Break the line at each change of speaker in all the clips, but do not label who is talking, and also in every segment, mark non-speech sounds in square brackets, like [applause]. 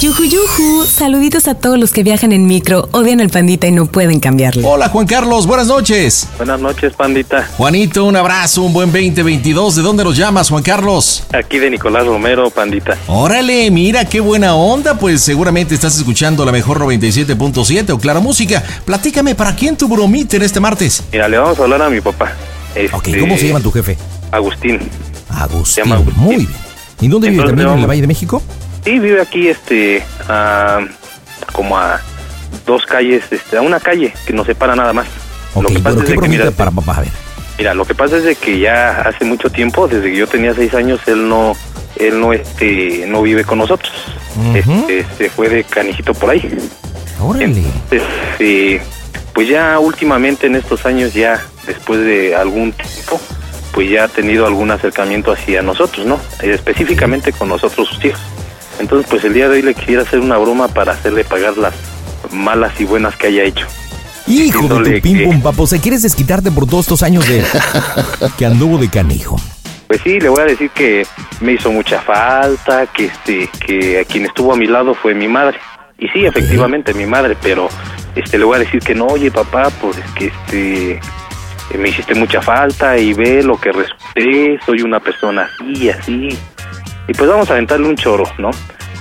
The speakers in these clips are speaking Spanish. Yuju, yuju, saluditos a todos los que viajan en micro, odian al pandita y no pueden cambiarlo.
Hola Juan Carlos, buenas noches.
Buenas noches, pandita.
Juanito, un abrazo, un buen 2022. ¿De dónde nos llamas, Juan Carlos?
Aquí de Nicolás Romero, pandita.
Órale, mira qué buena onda, pues seguramente estás escuchando la mejor 97.7 o Claro Música. Platícame, ¿para quién tu bromiter este martes?
Mira, le vamos a hablar a mi papá.
Este, ok, ¿cómo se llama tu jefe?
Agustín.
Agustín. Se llama Agustín. Muy bien. ¿Y dónde Entonces, vive? ¿También vamos... en el Valle de México?
Sí, vive aquí, este, a, como a dos calles, este, a una calle que nos separa nada más.
Okay, lo que pasa es que, mira, para papá, a ver.
Mira, lo que pasa es de que ya hace mucho tiempo, desde que yo tenía seis años, él no, él no, este, no vive con nosotros. Uh
¿Mm?
-huh. este, este, fue de canijito por ahí.
Órale.
Este, pues ya últimamente en estos años, ya después de algún tiempo, pues ya ha tenido algún acercamiento hacia nosotros, ¿no? Eh, Específicamente con nosotros sus hijos. Entonces, pues el día de hoy le quisiera hacer una broma para hacerle pagar las malas y buenas que haya hecho.
Hijo Diciéndole de tu pim pum papo, ¿se quieres desquitarte por todos estos
[laughs]
años de que anduvo de canijo?
Pues sí, le voy a decir que me hizo mucha falta, que este, que a quien estuvo a mi lado fue mi madre. Y sí, efectivamente, ¿Eh? mi madre, pero este le voy a decir que no, oye papá, pues es que este me hiciste mucha falta y ve lo que resulté, soy una persona así, así y pues vamos a aventarle un choro, ¿no?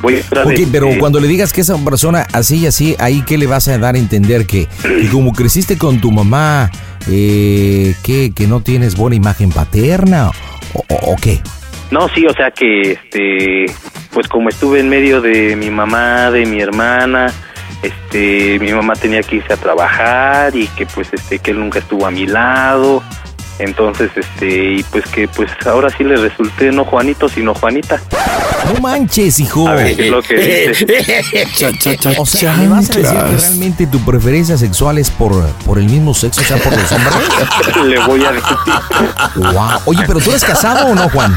Voy a okay, de, pero eh, cuando le digas que es una persona así y así, ahí qué le vas a dar a entender que, que como creciste con tu mamá, eh, ¿qué, que no tienes buena imagen paterna o, o, o, qué.
No, sí, o sea que, este, pues como estuve en medio de mi mamá, de mi hermana, este, mi mamá tenía que irse a trabajar y que, pues, este, que él nunca estuvo a mi lado, entonces, este, y pues que pues ahora sí le resulté no Juanito, sino
[laughs]
Juanita.
No manches, hijo.
A ver, ¿qué es lo que
[laughs] O sea, ¿me vas a decir que realmente tu preferencia sexual es por, por el mismo sexo, o sea, por los hombres?
le voy a decir.
Wow. Oye, pero tú eres casado o no, Juan?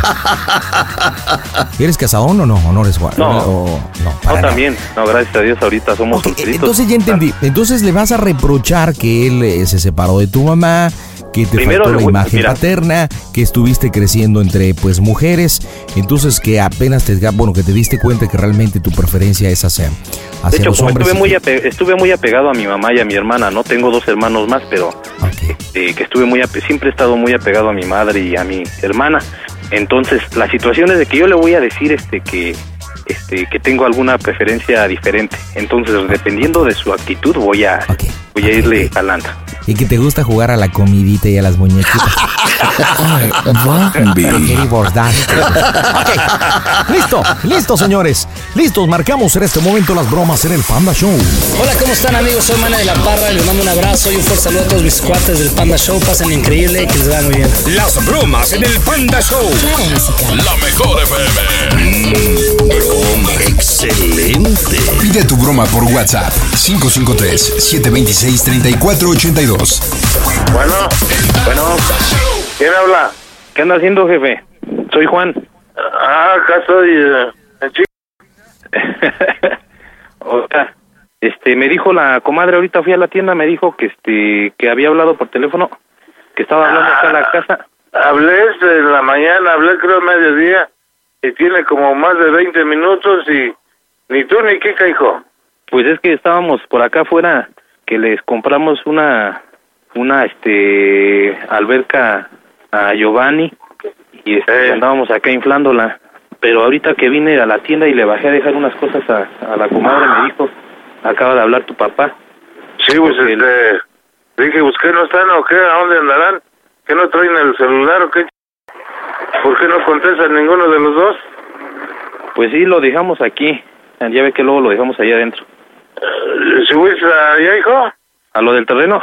¿Eres casado o no? ¿O no eres Juan?
No, o, no, para no también. No, gracias a Dios, ahorita somos
eh,
okay,
Entonces ya entendí. Entonces le vas a reprochar que él eh, se separó de tu mamá que te Primero faltó la voy, imagen mira. paterna, que estuviste creciendo entre pues mujeres, entonces que apenas te bueno, que te diste cuenta que realmente tu preferencia es hacer
hacia De hecho, los como hombres estuve, muy ape estuve muy apegado a mi mamá y a mi hermana, no tengo dos hermanos más, pero okay. eh, que estuve muy siempre he estado muy apegado a mi madre y a mi hermana. Entonces, la situación es de que yo le voy a decir este que este, que tengo alguna preferencia diferente. Entonces, dependiendo de su actitud, voy a, okay. voy a irle jalando.
y que te gusta jugar a la comidita y a las muñequitas.
Ay,
[laughs]
Bambi.
Querí bordar. Ok, listo, listo, señores. Listos, marcamos en este momento las bromas en el Panda Show.
[laughs] Hola, ¿cómo están amigos? Soy Mana de la Parra, les mando un abrazo y un fuerte saludo a todos mis cuates del Panda Show. Pasen increíble, que les va muy bien.
Las bromas en el Panda Show. La mejor FM.
excelente. Pide tu broma por WhatsApp 553 726 3482.
Bueno, bueno. ¿Quién habla? ¿Qué anda haciendo, jefe? Soy Juan.
Ah, acá estoy.
eh, [laughs] Hola. Este, me dijo la comadre, ahorita fui a la tienda, me dijo que este, que había hablado por teléfono, que estaba hablando acá en la casa.
Hablé este, en la mañana, hablé creo mediodía, y tiene como más de 20 minutos y ni tú ni Kika, hijo.
Pues es que estábamos por acá afuera, que les compramos una, una, este, alberca a Giovanni, y este, andábamos acá inflándola. Pero ahorita que vine a la tienda y le bajé a dejar unas cosas a, a la comadre, me dijo, acaba de hablar tu papá.
Sí, pues este, dije, pues ¿qué no están o qué, a dónde andarán, que no traen el celular o qué, ch- ¿por qué no contestan ninguno de los dos?
Pues sí, lo dejamos aquí. Ah, Ya ve que luego lo dejamos allá adentro.
Eh, ¿Si fuiste allá, hijo?
¿A lo del terreno?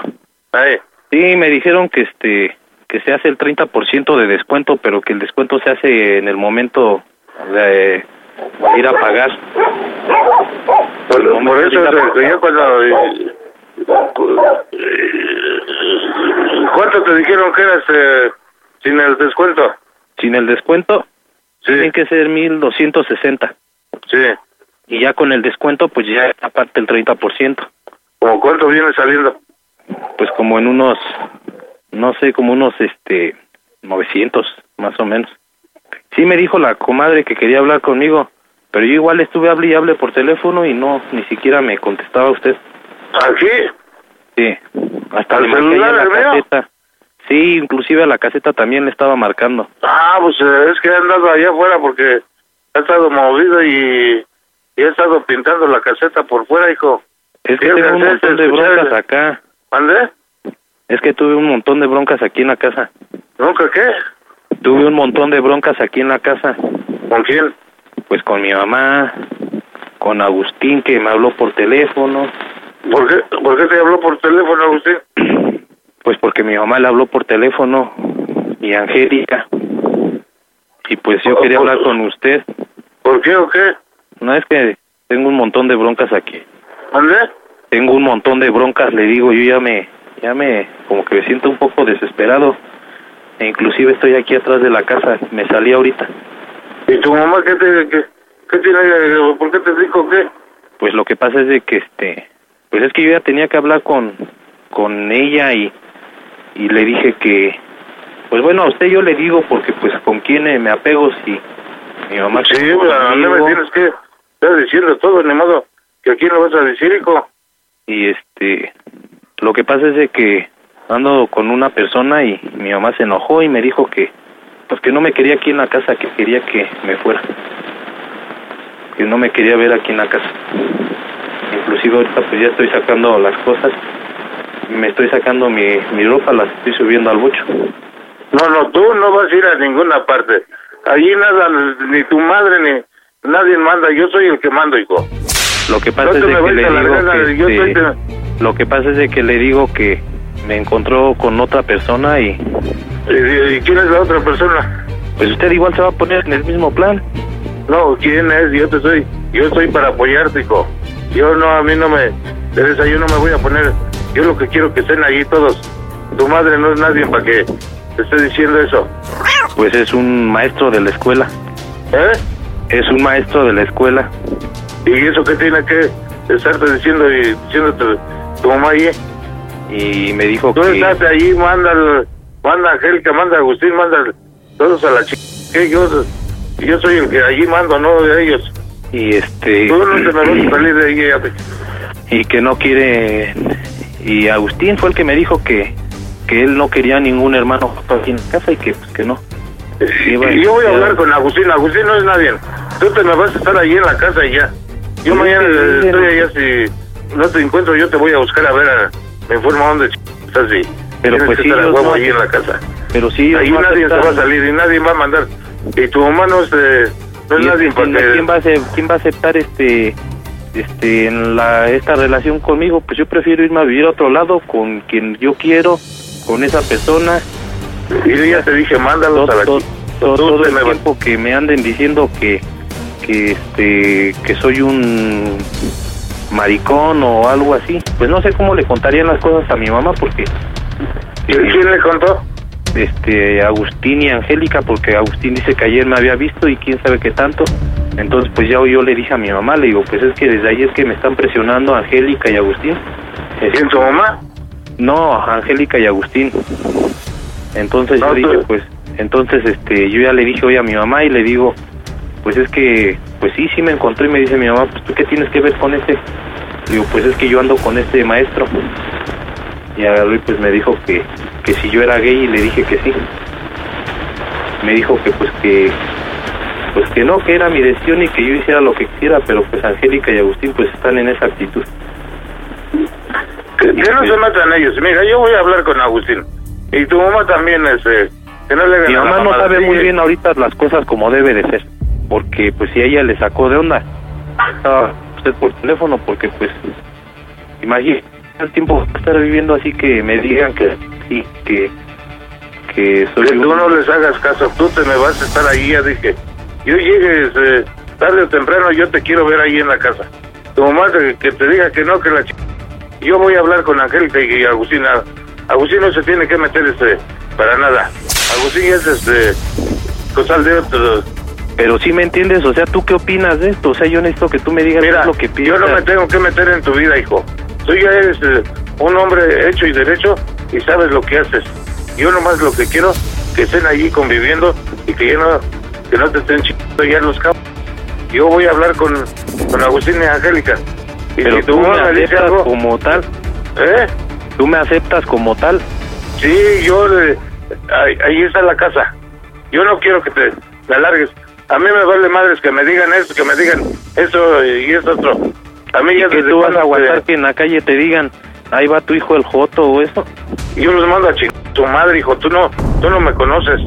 Ahí.
Sí, me dijeron que este que se hace el 30% de descuento, pero que el descuento se hace en el momento de eh, ir a pagar.
Por,
No me
por eso
digas,
te-
por
que yo cuando... eh, cu- ¿Cuánto te dijeron que eras eh, sin el descuento?
Sin el descuento,
Sí,
tienen que ser 1.260.
sí.
Y ya con el descuento, pues ya aparte el 30%.
¿Como cuánto viene saliendo?
Pues como en unos, no sé, como unos este 900, más o menos. Sí me dijo la comadre que quería hablar conmigo, pero yo igual estuve hable y hable por teléfono y no, ni siquiera me contestaba usted.
¿Aquí?
Sí, hasta
¿Al
le marqué ahí a
celular,
la
al mío?
caseta. Sí, inclusive a la caseta también le estaba marcando.
Ah, pues eh, es que he andado allá afuera porque ha estado movido y, y he estado pintando la caseta por fuera, hijo.
Es que
Sí,
tengo un
alcancé a
montón de
escuchar
broncas
el-
acá.
¿Mandé?
Es que tuve un montón de broncas aquí en la casa.
¿Nunca qué?
Tuve un montón de broncas aquí en la casa.
¿Con quién?
Pues con mi mamá, con Agustín que me habló por teléfono.
¿Por qué, por qué te habló por teléfono, Agustín?
[clears throat] Pues porque mi mamá le habló por teléfono y Angélica. Y pues yo
Oh,
quería
pues-
hablar con usted.
¿Por qué o qué?
No es que tengo un montón de broncas aquí.
¿Mandé?
Tengo un montón de broncas, le digo, yo ya me, ya me, como que me siento un poco desesperado. E inclusive estoy aquí atrás de la casa, me salí ahorita.
¿Y tu mamá qué, te, qué, qué tiene? eh, ¿Por qué te dijo qué?
Pues lo que pasa es de que este, pues es que yo ya tenía que hablar con, con ella y, y le dije que, pues bueno, a usted yo le digo porque pues con quién eh, me apego si mi mamá.
Sí,
estuvo
pues, a mí me
conmigo
tienes que estar diciendo todo, ni modo. ¿Que a quién lo vas a decir, hijo?
y este, lo que pasa es de que ando con una persona y mi mamá se enojó y me dijo que, pues que no me quería aquí en la casa, que quería que me fuera, que no me quería ver aquí en la casa. Inclusive ahorita pues ya estoy sacando las cosas, me estoy sacando mi, mi ropa, las estoy subiendo al bocho.
No, no, tú no vas a ir a ninguna parte. Allí nada, ni tu madre, ni nadie manda. Yo soy el que mando, hijo.
Lo que pasa
No te
es de
me
que
vayas
le
a la
digo
gana,
que,
yo soy
este, lo que pasa es de que le digo que me encontró con otra persona y
¿Y, Eh, y- y quién es la otra persona?
pues usted igual se va a poner en el mismo plan.
No, ¿quién es? Yo te soy. Yo estoy para apoyarte, hijo. Yo no, a mí no me interesa. Yo no me voy a poner. Yo lo que quiero que estén allí todos. Tu madre no es nadie para que te esté diciendo eso.
Pues es un maestro de la escuela.
¿Eh?
Es un maestro de la escuela.
¿Y eso qué tiene que estarte diciendo y diciéndote tu mamá allí?
Y me dijo
Tú
que.
estás allí, manda, al- manda a Angélica, manda a Agustín, manda al- todos a la chica. Yo, yo soy el que allí mando, no de ellos.
Y este.
Tú no te me vas a salir de ahí. fíjate.
Y que no quiere. Y Agustín fue el que me dijo que. Que él no quería ningún hermano aquí en casa y que, pues, que no. Sí, bueno,
Y Eh, yo voy a
ya.
hablar con Agustín, Agustín no es nadie. Tú te me vas a estar allí en la casa y ya. Yo
Sí,
mañana
sí, sí,
estoy
sí.
allá, si no te encuentro, yo te voy a buscar a ver, a- me informa dónde ch- es así.
Pero
Tienes
pues
que
sí,
estar a
ellos
huevo
no-
ahí en la casa.
Pero Pues sí,
ahí
ellos no
nadie se va a
aceptaron.
salir y nadie va a mandar. Y tu mamá no es, eh, no es
Y
nadie
este,
para que...
¿quién, va a ace- quién va a aceptar este este en la esta relación conmigo? Pues yo prefiero irme a vivir a otro lado con quien yo quiero, con esa persona.
Y yo ya te dije, mándalos
todo,
a la
todo-
chi-
todo-
tú
todo
te
el
me-
tiempo que me anden diciendo que que este que soy un maricón o algo así. Pues no sé cómo le contarían las cosas a mi mamá porque
¿Quién le contó?
este Agustín y Angélica porque Agustín dice que ayer me había visto y quién sabe qué tanto. Entonces pues ya yo le dije a mi mamá, le digo, pues es que desde ayer que me están presionando Angélica y Agustín.
¿Quién tu mamá?
No, Angélica y Agustín. Entonces
No,
yo dije,
tú-
pues entonces este yo ya le dije hoy a mi mamá y le digo, pues es que pues sí, sí me encontré y me dice mi mamá, pues tú qué tienes que ver con este. Digo, pues es que yo ando con este maestro. Y agarró y pues me dijo que, que si yo era gay y le dije que sí. Me dijo que pues que pues que no, que era mi destino y que yo hiciera lo que quisiera, pero pues Angélica y Agustín pues están en esa actitud.
Que, que no se matan ellos. Mira, yo voy a hablar con Agustín. Y tu mamá también, este, que no le hagan
Mi
a la
mamá no
mamada.
sabe
Sí,
muy bien ahorita las cosas como debe de ser, porque pues si ella le sacó de onda, estaba usted por teléfono, porque pues imagínese el tiempo que va a estar viviendo así que me digan que sí, que, que soy
Que tú
un-
no les hagas caso, tú te me vas a estar ahí, ya dije. Yo llegues eh, tarde o temprano, yo te quiero ver ahí en la casa. Tu mamá te- que te diga que no, que la ch... Yo voy a hablar con Angélica y Agustina. Agustín no se tiene que meter este, para nada. Agustín es este, cosal de otro.
Pero sí me entiendes, o sea, ¿tú qué opinas de esto? O sea, yo necesito que tú me digas qué
Mira,
es lo que
yo
piensas.
no me tengo que meter en tu vida, hijo. Tú ya eres eh, un hombre hecho y derecho y sabes lo que haces. Yo nomás lo que quiero que estén allí conviviendo y que ya no, que no te estén chingando ya los cabos. Yo voy a hablar con, con Agustín y Angélica. Y
Pero
si tu
tú me
mamá me dice
aceptas
algo,
como tal,
¿eh?
tú me aceptas como tal.
Sí, yo. eh, ahí, ahí está la casa. Yo no quiero que te la largues. A mí me vale madres que me digan esto, que me digan eso y eso otro. A mí
Y
ya
que
desde
tú vas
cuando
a aguantar
te-
que en la calle te digan, ahí va tu hijo el joto o eso.
Yo los mando a chingar a tu madre, hijo. Tú no, tú no me conoces.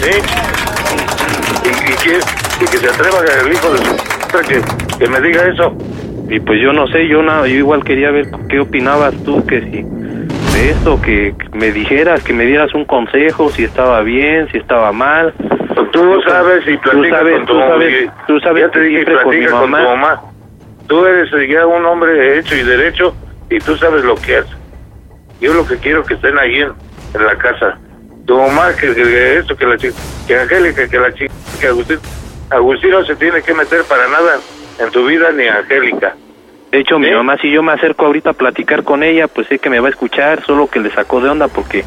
¿Sí? Y, y que, y que se atreva el hijo de su puta que, que me diga eso.
Y pues yo no sé, yo nada, yo igual quería ver qué opinabas tú que si de esto, que que me dijeras, que me dieras un consejo, si estaba bien, si estaba mal.
Tú sabes y
Tú
platica
sabes,
con tu
tú
mamá.
sabes,
y-
tú sabes
ya te
que
dije,
siempre con mi
platica con, tu
mamá.
mamá. Tú eres eh, ya un hombre hecho y derecho y tú sabes lo que haces. Yo lo que quiero que estén ahí en, en la casa. Tu mamá, que, que- que esto, que la chica, que Angélica, que la chica, que Agustín. Agustín no se tiene que meter para nada en tu vida ni Angélica.
De hecho, mi
¿Sí?
mamá, si yo me acerco ahorita a platicar con ella, pues sé que me va a escuchar, solo que le sacó de onda porque,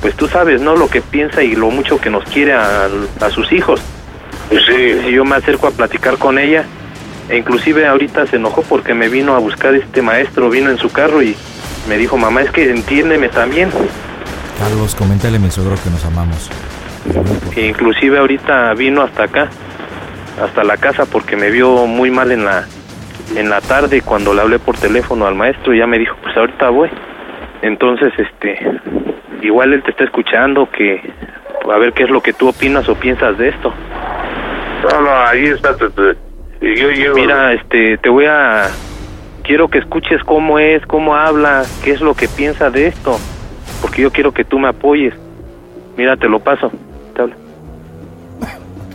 pues tú sabes, ¿no? Lo que piensa y lo mucho que nos quiere a, a sus hijos. Si
Pues Sí,
yo me acerco a platicar con ella, e inclusive ahorita se enojó porque me vino a buscar este maestro, vino en su carro y me dijo, mamá, es que entiéndeme también.
Carlos, coméntale a mi suegro que nos amamos.
que inclusive ahorita vino hasta acá, hasta la casa, porque me vio muy mal en la en la tarde cuando le hablé por teléfono al maestro y ya me dijo, pues ahorita voy. Entonces, este, igual él te está escuchando, que a ver qué es lo que tú opinas o piensas de esto.
no, no, ahí está. te- te- y yo llego.
Mira, este, te voy a, quiero que escuches cómo es, cómo habla, qué es lo que piensa de esto, porque yo quiero que tú me apoyes. Mira, te lo paso. Te habla.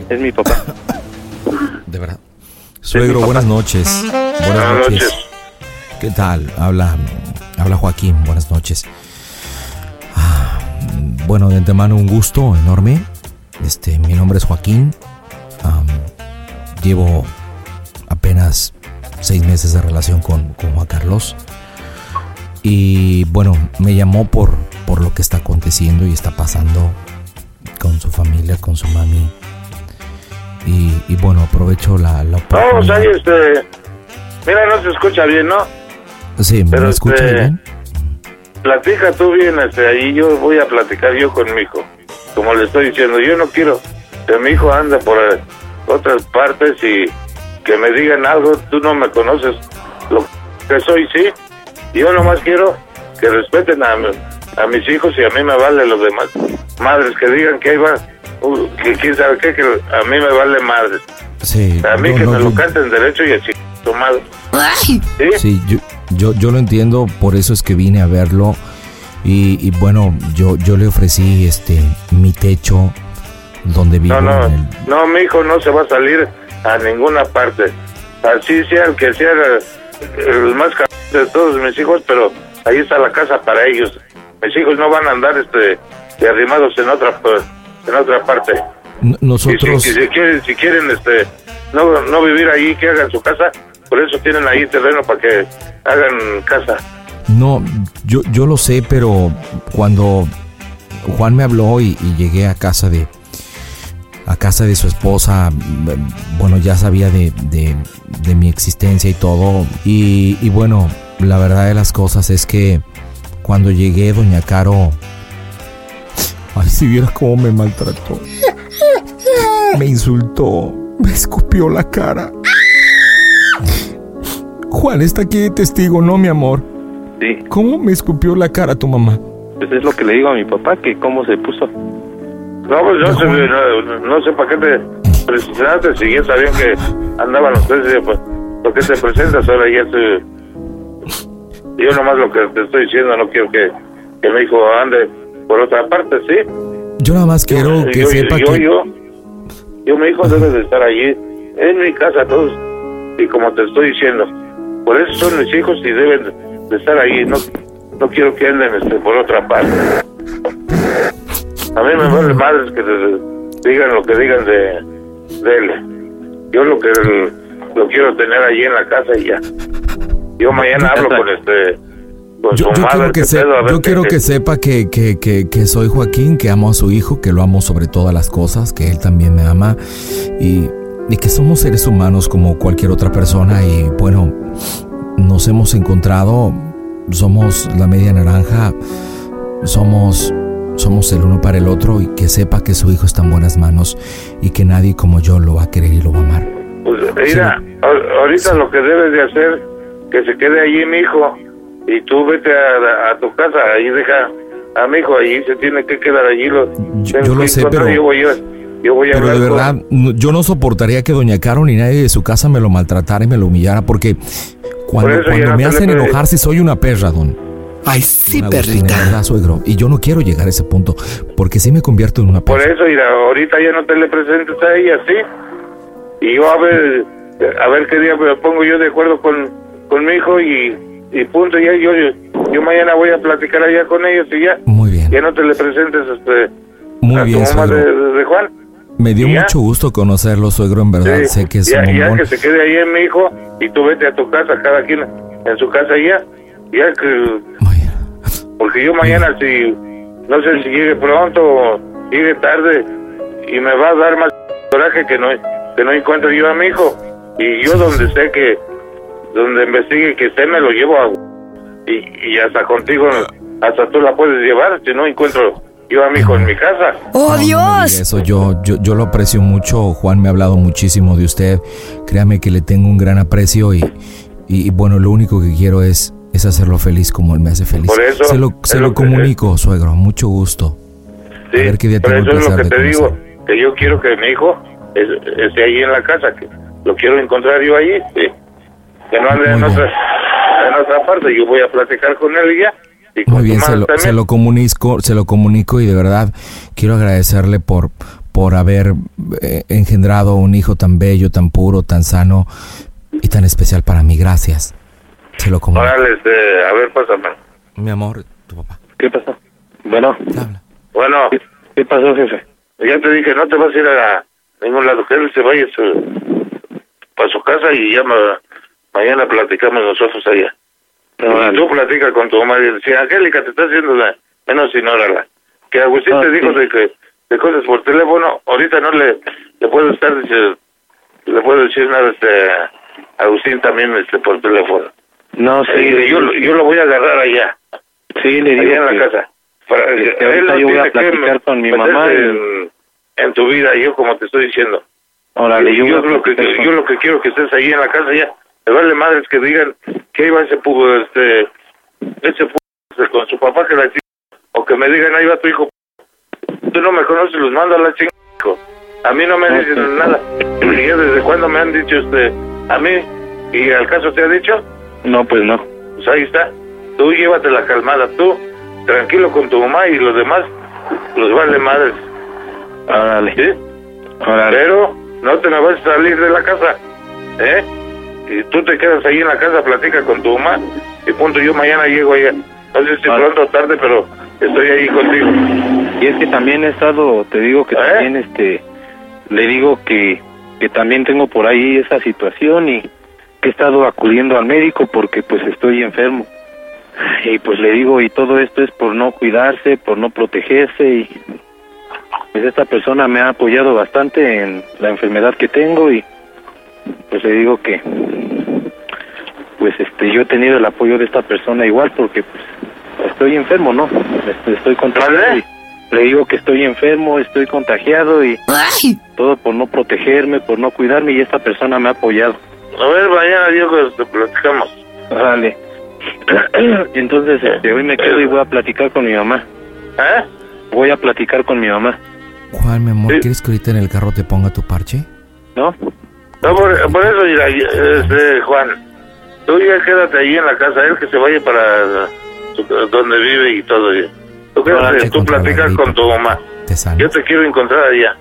Es mi [laughs] papá.
De verdad. Suegro, buenas noches. Buenas,
Buenas
noches.
noches.
¿Qué tal? Habla, habla Joaquín, buenas noches. Ah, Bueno, de antemano un gusto enorme. Este, mi nombre es Joaquín. Am, llevo apenas seis meses de relación con, con Juan Carlos. Y bueno, me llamó por, por lo que está aconteciendo y está pasando con su familia, con su mami. Y, y bueno, aprovecho la,
no,
la
o sea,
oportunidad.
este. Mira, no se escucha bien, ¿no?
Sí, ¿me
pero
escucha
este-
bien?
Platica tú bien, este, ahí yo voy a platicar yo con mi hijo. Como le estoy diciendo, yo no quiero que mi hijo ande por eh, otras partes y que me digan algo, tú no me conoces lo que soy, sí. Yo nomás quiero que respeten a, mi- a mis hijos y a mí me vale los demás. Madres que digan que ahí va, uh, que quién sabe qué, que a mí me vale madres.
Sí.
A mí
no,
que
no,
me lo
yo-
canten derecho y así, tomado.
Sí, yo, yo, yo lo entiendo, por eso es que vine a verlo. Y, y bueno, yo, yo le ofrecí este mi techo donde vivo.
No, no,
en el-
no, mi hijo no se va a salir a ninguna parte. Así sea el que sea el, el más cabrón de todos mis hijos, pero ahí está la casa para ellos. Mis hijos no van a andar este de arrimados en otra pues, en otra parte.
N- Nosotros,
Y si, quieren, si quieren este no, no vivir ahí, que hagan su casa. Por eso tienen ahí terreno para que hagan casa.
no, yo, yo lo sé, pero cuando Juan me habló y, y llegué a casa de a casa de su esposa, mm, bueno, ya sabía de, de- de mi existencia y todo. Y, y bueno, la verdad de las cosas es que cuando llegué, doña Caro, ay, si vieras cómo me maltrató. Me insultó, me escupió la cara. Juan está aquí de testigo, ¿no, mi amor?
Sí.
¿Cómo me escupió la cara tu mamá?
Pues es lo que le digo a mi papá, que cómo se puso.
No, pues no, sé, no, no sé para qué te presentaste, si ya sabían que andaban los tres, y, pues, ¿por qué te presentas? Ahora ya te... Yo nomás lo que te estoy diciendo, no quiero que, que mi hijo ande por otra parte, ¿sí?
Yo nada más quiero que
yo,
sepa
yo,
que...
yo, yo, mi hijo debe de estar allí, en mi casa todos, y como te estoy diciendo, por eso son mis hijos y deben de estar allí, no, no quiero que anden este, por otra parte. A mí me vale madres que te- digan lo que digan de, de él. Yo lo que lo quiero tener allí en la casa y ya. Yo mañana hablo con este... Con
Yo,
su
yo
madre,
quiero que,
qué
se-
pedo, a ver
yo
qué-
quiero
qué-
que sepa que, que- que- que soy Joaquín, que amo a su hijo, que lo amo sobre todas las cosas, que él también me ama y, y que somos seres humanos como cualquier otra persona y bueno, nos hemos encontrado, somos la media naranja, somos, somos el uno para el otro y que sepa que su hijo está en buenas manos y que nadie como yo lo va a querer y lo va a amar.
Pues, mira, a- ahorita lo que debes de hacer, que se quede allí mi hijo, y tú vete a, a tu casa, ahí deja a mi hijo, allí se tiene que quedar allí. Lo,
yo
tengo
lo
que
sé,
encontrar,
pero-
Yo voy a, yo voy a
Pero
hablar
de
con-
verdad, no- yo no soportaría que Doña Caro ni nadie de su casa me lo maltratara y me lo humillara, porque cuando,
Por eso
cuando
ya no
me
te le
hacen
pedí.
enojar, si soy una perra, Don.
Ay, sí,
Don Agustín,
perrita.
de verdad, suegro. Y yo no quiero llegar a ese punto, porque si me convierto en una perra.
Por eso, mira, ahorita ya no te le presentes a ella, ¿sí? Y yo a ver, a ver qué día me pongo yo de acuerdo con, con mi hijo y, y punto, ya yo, yo, yo mañana voy a platicar allá con ellos y ya.
Muy bien.
Ya no te le presentes este,
Muy
a tu
bien,
mamá de-
suegro.
de- de Juan.
Me dio
ya.
mucho gusto conocerlo, suegro, en verdad.
Sí,
sé que es
ya,
un
ya
bombón.
que se quede ahí en mi hijo y tú vete a tu casa, cada quien en su casa ya. Ya que. Porque yo mañana, si. No sé si llegue pronto o llegue tarde y me va a dar más coraje que no, que no encuentro yo a mi hijo. Y yo donde sé que. Donde investigue que esté, me lo llevo a. Y, y hasta contigo, hasta tú la puedes llevar si no encuentro yo a mi hijo en mi casa.
No, no me diga Eso yo, yo, yo lo aprecio mucho. Juan me ha hablado muchísimo de usted. Créame que le tengo un gran aprecio y, y, y bueno, lo único que quiero es, es hacerlo feliz como él me hace feliz.
Por eso,
se lo,
es
se lo
lo que-
comunico, suegro. Mucho gusto.
Sí,
a ver qué día
pero
tengo
eso
el
es lo
placer
que te
de
digo, que yo quiero que mi hijo es- esté ahí en la casa, que lo quiero encontrar yo allí, sí. que no ande en otra, en otra parte, yo voy a platicar con él y ya. Y con
Muy bien,
tu
se
madre
lo,
también.
se lo comunico, se lo comunico y de verdad quiero agradecerle por por haber eh, engendrado un hijo tan bello, tan puro, tan sano y tan especial para mí. Gracias. Se lo comunico.
Órale, este, a ver, pásame.
Mi amor, tu papá.
¿Qué pasó? Bueno.
Bueno,
¿Qué pasó, jefe?
ya te dije, no te vas a ir a ningún lado, que él se vaya a su, para su casa y ya ma- mañana platicamos nosotros allá.
Ah,
Y tú platica con tu madre y dice, Angélica, te está haciendo la... menos ignórala. Que Agustín
Ah,
te dijo
sí.
de que de cosas por teléfono, ahorita no le, le puedo estar dice, le puedo decir nada este a Agustín también este por teléfono.
No, sí.
Eh, yo, lo- yo lo voy a agarrar allá.
Sí, le digo
Allá en la
que-
casa. Para-
que
él
Este, ahorita
no
yo voy a
tiene que
platicar con mi mamá
meterse
y-
En, en tu vida, yo como te estoy diciendo.
Órale,
yo,
yo voy a
lo que,
platicar con-
yo lo que quiero que estés ahí en la casa ya. Me vale madres que digan que iba ese pu- este, ese pu- con su este, papá que la o que me digan, ahí va tu hijo. Tú no me conoces, los mando a la chingada. A mí no me dicen nada. [clears throat] Y yo, ¿Desde cuándo me han dicho este, a mí? ¿Y al caso te ha dicho?
No, pues no.
Pues ahí está. Tú llévate la calmada, tú. Tranquilo con tu mamá y los demás, los vale madres.
Órale.
¿Sí?
Órale.
Pero no te me vas a salir de la casa, ¿eh? Y tú te quedas ahí en la casa, platica con tu mamá y punto. Yo mañana llego allá. No sé si
Vale.
pronto o tarde, pero estoy ahí contigo.
Y es que también he estado, te digo que también, este, le digo que, que también tengo por ahí esa situación y que he estado acudiendo al médico porque pues estoy enfermo. Y pues le digo, y todo esto es por no cuidarse, por no protegerse y pues esta persona me ha apoyado bastante en la enfermedad que tengo y pues le digo que pues este yo he tenido el apoyo de esta persona igual porque pues estoy enfermo, ¿no? Este, Estoy contagiado. y Le digo que estoy enfermo, estoy contagiado y todo por no protegerme, por no cuidarme y esta persona me ha apoyado.
A ver, mañana Diego, te platicamos.
Vale. [clears throat] Entonces, este, hoy me quedo y voy a platicar con mi mamá.
¿Eh?
Voy a platicar con mi mamá,
Juan, mi amor, ¿quieres que ahorita en el carro te ponga tu parche?
¿no?
No, por, por eso, mira, este, Juan, tú ya quédate ahí en la casa, él que se vaya para su- donde vive y todo. ya. Tú quédate, tú platicas con tu mamá. Yo te quiero encontrar allá.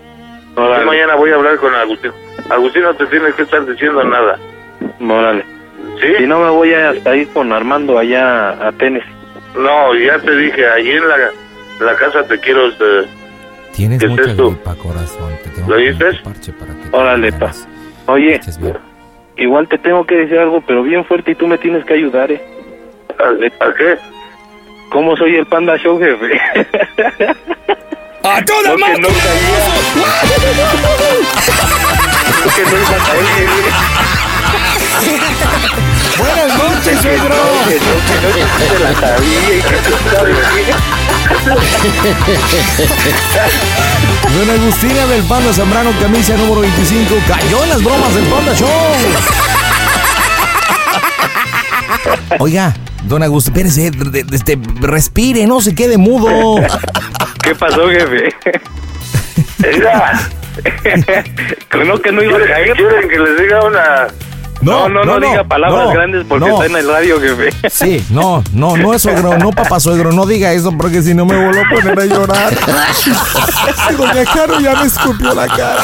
Yo mañana voy a hablar con Agustín. Agustín no te tiene que estar diciendo nada.
Órale.
¿Sí?
Si no, me voy a hasta ir con Armando allá a Tennessee.
No, ya te dije, allí en la, la casa te quiero... este,
Tienes
¿Qué es
mucha
esto?
gripa, corazón. Te tengo
¿Lo
que
dices?
Órale, pa. Oye, igual te tengo que decir algo, pero bien fuerte y tú me tienes que ayudar, ¿eh?
¿A qué?
¿Cómo soy el Panda Show, jefe?
¡A toda madre!
Buenas noches, suegro.
Don Agustina del Panda Zambrano, camisa número 25. Cayó en las bromas del Panda Show. Oiga, don Agustín, espérese, de- de- este, respire, no se quede mudo.
[laughs] ¿Qué pasó, jefe?
Mira, [laughs]
no que no iba a caer.
¿Quieren que les diga una...?
No, no, no,
no, no,
diga palabras
no,
grandes porque
no.
está en el radio, jefe.
Sí, no, no, no es suegro, no papá suegro, no diga eso porque si no me vuelvo a poner a llorar. Doña Caro ya me escupió la cara.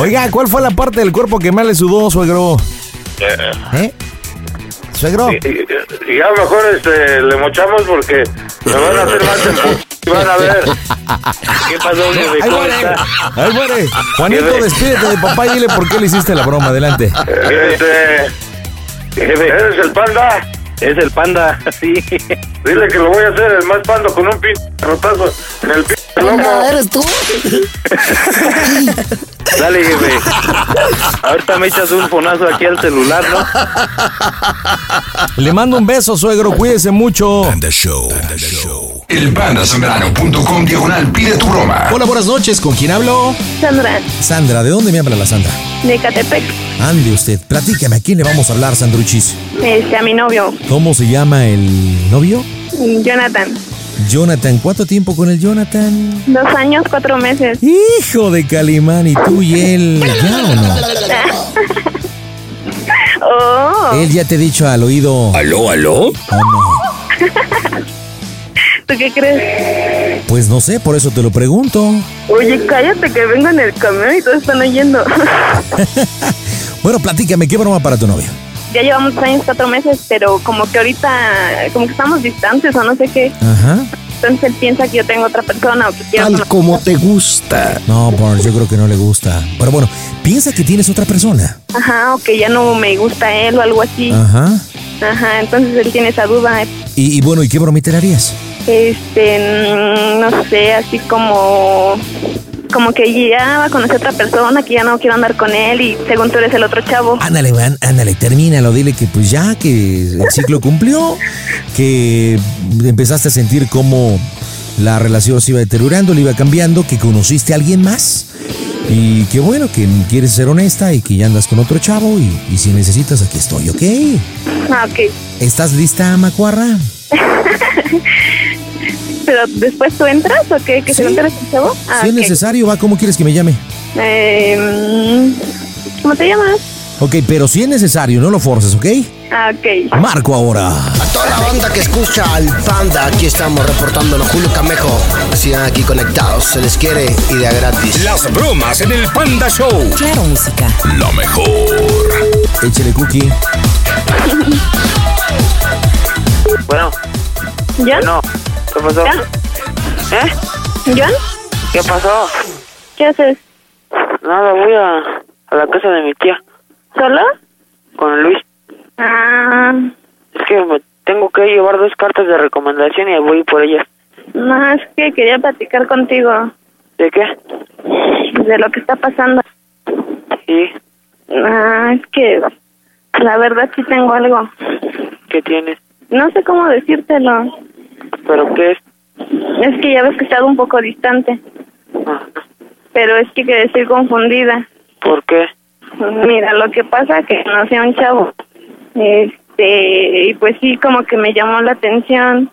Oiga, ¿cuál fue la parte del cuerpo que más le sudó, suegro? ¿Eh? Suegro,
[laughs] Y- y- y Ya mejor este, le mochamos porque me van a hacer más tiempo. Y Van a ver.
¿Qué pasó, jefe? ¿Cómo está?
[laughs] ahí muere. Juanito, despídete de papá y dile por qué le hiciste la broma. Adelante.
Este, jefe, ¿Eres el panda?
Es el
[laughs]
panda, sí.
Dile que lo voy a hacer el más pando con un pin rotazo en el pin lomo.
Ah, ¿Eres [laughs] tú?
Dale, jefe. Ahorita me echas un fonazo aquí al celular, ¿no?
Le mando un beso, suegro, cuídese mucho.
El pandasambrano.com diagonal pide tu broma.
Hola, buenas noches, ¿con quién hablo?
Sandra,
Sandra, ¿de dónde me habla la Sandra?
de Catepec,
Ande usted, platícame, ¿a quién le vamos a hablar, Sandruchis?
este, a mi novio,
¿Cómo se llama el novio?
Jonathan.
Jonathan, ¿cuánto tiempo con el Jonathan?
Dos años, cuatro meses.
Hijo de Calimán, ¿y tú y él ya o no?
Oh,
Él ya te ha dicho al oído.
¿Aló, aló?
¿tú qué crees?
Pues no sé, por eso te lo pregunto.
Oye, cállate que vengo en el camión y todos están oyendo.
Bueno, platícame, ¿qué broma para tu novio?
[laughs] ya llevamos dos años, cuatro meses, pero como que ahorita, como que estamos distantes o no sé qué.
Ajá.
Entonces él piensa que yo tengo otra persona o que quiero
Tal como te gusta. No, Barnes, yo creo que no le gusta. Pero bueno, piensa que tienes otra persona.
conocer- Ajá, o que ya no me gusta él o algo así.
Ajá.
Ajá, entonces él tiene esa duda.
Y, y bueno, ¿y qué bromita le harías?
Este, mm, no sé, así como como que ya va a conocer otra persona, que ya no quiero andar con él y según tú eres el otro chavo.
Ah,
Ándale, van, ándale, termínalo, dile que pues ya, que el ciclo cumplió, que empezaste a sentir cómo la relación se iba deteriorando, le iba cambiando, que conociste a alguien más y que bueno, que quieres ser honesta y que ya andas con otro chavo y, y si necesitas aquí estoy, ¿ok?
Ah, ok.
¿Estás lista, Macuarra?
[laughs] Pero después tú entras o qué? ¿Que si no te eres el chavo? Ah,
si es
ok.
necesario, va, ¿cómo quieres que me llame?
Eh, mm, ¿Cómo te llamas?
Ok, pero si es necesario, no lo forces, ¿ok?
Ah, ok.
Marco ahora.
A toda la banda que escucha al Panda, aquí estamos reportándonos Julio Camejo. Sigan aquí conectados, se les quiere y de a gratis.
Las bromas en el Panda Show.
Claro, música.
Lo mejor.
Échale cookie.
Bueno.
¿Ya?
Bueno, ¿qué pasó? ¿Eh?
¿John?
¿Qué pasó?
¿Qué haces?
Nada, voy a, a la casa de mi tía
¿Solo?
con Luis.
Ah,
Es que me tengo que llevar dos cartas de recomendación y voy por ellas.
no, es que quería platicar contigo
¿De qué?
de lo que está pasando.
¿Y
Ah, es que la verdad sí tengo algo.
qué tienes?
No sé cómo decírtelo.
¿Pero qué es?
Es que ya ves que he estado un poco distante. Pero es que que estoy confundida.
Ah, ¿Por qué?
Mira, lo que pasa que no sea un chavo. Este, y pues sí, como que me llamó la atención.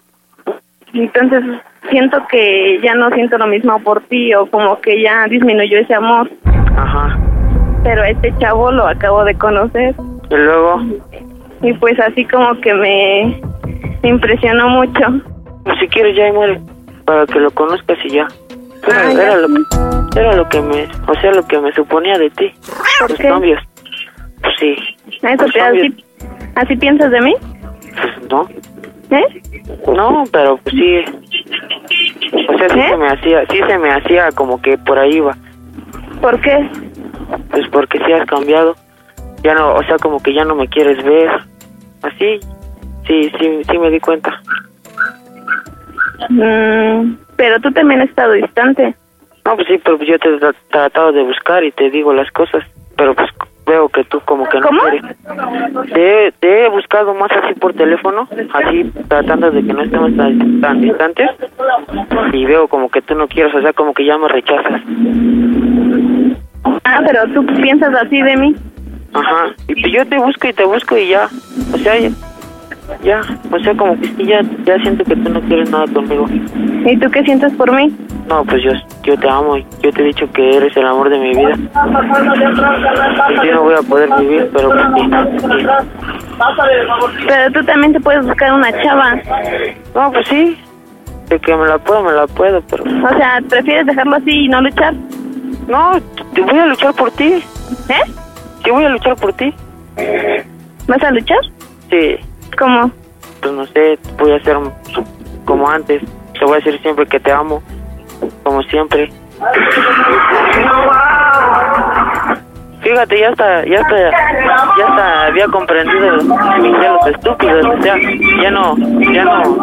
Entonces siento que ya no siento lo mismo por ti o como que ya disminuyó ese amor.
Ajá.
Pero este chavo lo acabo de conocer
¿Y luego?
y pues así como que me me impresionó mucho.
Pues si quieres ya y muere. Para que lo conozcas y ya. Era, era lo, era lo que me... O sea, lo que me suponía de ti. Los cambios. Pues sí.
Eso
Los
te-
cambios.
así, así piensas de mí,
Pues no.
¿eh?
No, pero pues sí. O sea, sí se me hacía... Sí se me hacía como que por ahí iba.
¿Por qué?
Pues porque sí has cambiado. Ya no... O sea, como que ya no me quieres ver. Así. Sí, sí, sí me di cuenta.
Mm, pero tú también has estado distante.
No, pues sí, pero yo te he tra- tratado de buscar y te digo las cosas, pero pues veo que tú como que no
¿Cómo?
quieres. Te, te he buscado más así por teléfono, así tratando de que no estemos tan, tan distantes y veo como que tú no quieres, o sea, como que ya me rechazas.
Ah, pero tú piensas así de mí.
Ajá, y pues yo te busco y te busco y ya, o sea, ya, ya, o sea, como que sí, ya, ya siento que tú no quieres nada conmigo.
¿Y tú qué sientes por mí?
No, pues yo, yo te amo, y yo te he dicho que eres el amor de mi vida. Yo no voy a poder vivir, pero pues por ti.
Pero tú también te puedes buscar una chava.
No, pues sí. De que me la puedo, me la puedo, pero...
O sea, ¿prefieres dejarlo así y no luchar?
No, te voy a luchar por ti.
¿Eh?
Yo voy a luchar por ti.
¿Vas a luchar?
Sí,
¿Cómo?
pues no sé, voy a ser como antes. Te voy a decir siempre que te amo, como siempre. Fíjate, ya está, ya está, ya está, había comprendido los- ya los estúpidos, o sea, ya no, ya no,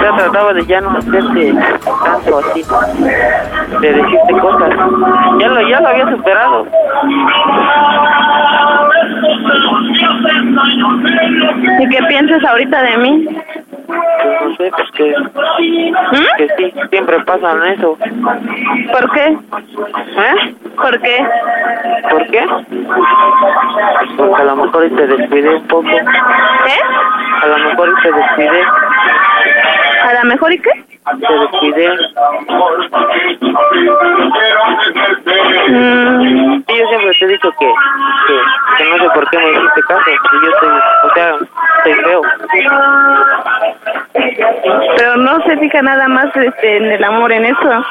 ya trataba de ya no hacerte tanto así, de decirte cosas, ya lo, ya lo había superado.
¿Y qué piensas ahorita de mí?
Pues no sé, pues que, que sí, siempre pasan eso.
¿Por qué?
¿Eh?
¿Por qué?
¿Por qué? Pues porque a lo mejor y te descuidé un poco.
¿Eh?
A lo mejor y te descuidé,
¿A lo mejor y qué?
te descuidé.
Mm,
Sí, yo siempre te he dicho que, que, que no sé por qué me hiciste caso. Si yo estoy, o sea, estoy feo.
pero no se fija nada más este, en el amor, en eso.
No,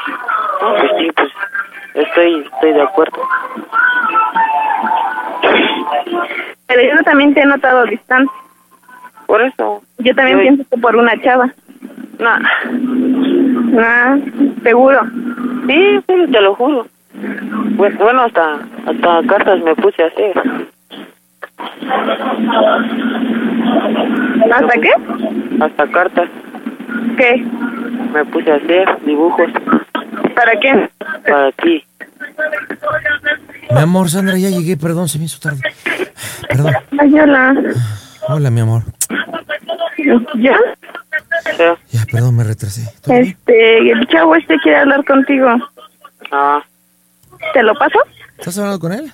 pues sí, pues estoy, estoy de acuerdo.
Pero yo también te he notado distante.
Por eso,
Yo también
Ay.
pienso que por una chava.
no.
Ah, seguro.
Sí, sí, te lo juro. Bueno, bueno, hasta, hasta cartas me puse a hacer.
¿Hasta qué?
Hasta cartas
¿Qué?
me puse a hacer dibujos
¿Para quién?
para ti.
Mi amor, Sandra, ya llegué, perdón, se me hizo tarde. Perdón.
Ay, hola.
Hola, mi amor.
¿Ya?
Ya, perdón, me retrasé.
Este, el chavo este quiere hablar contigo.
Ah,
¿Te lo paso?
¿Estás hablando con él?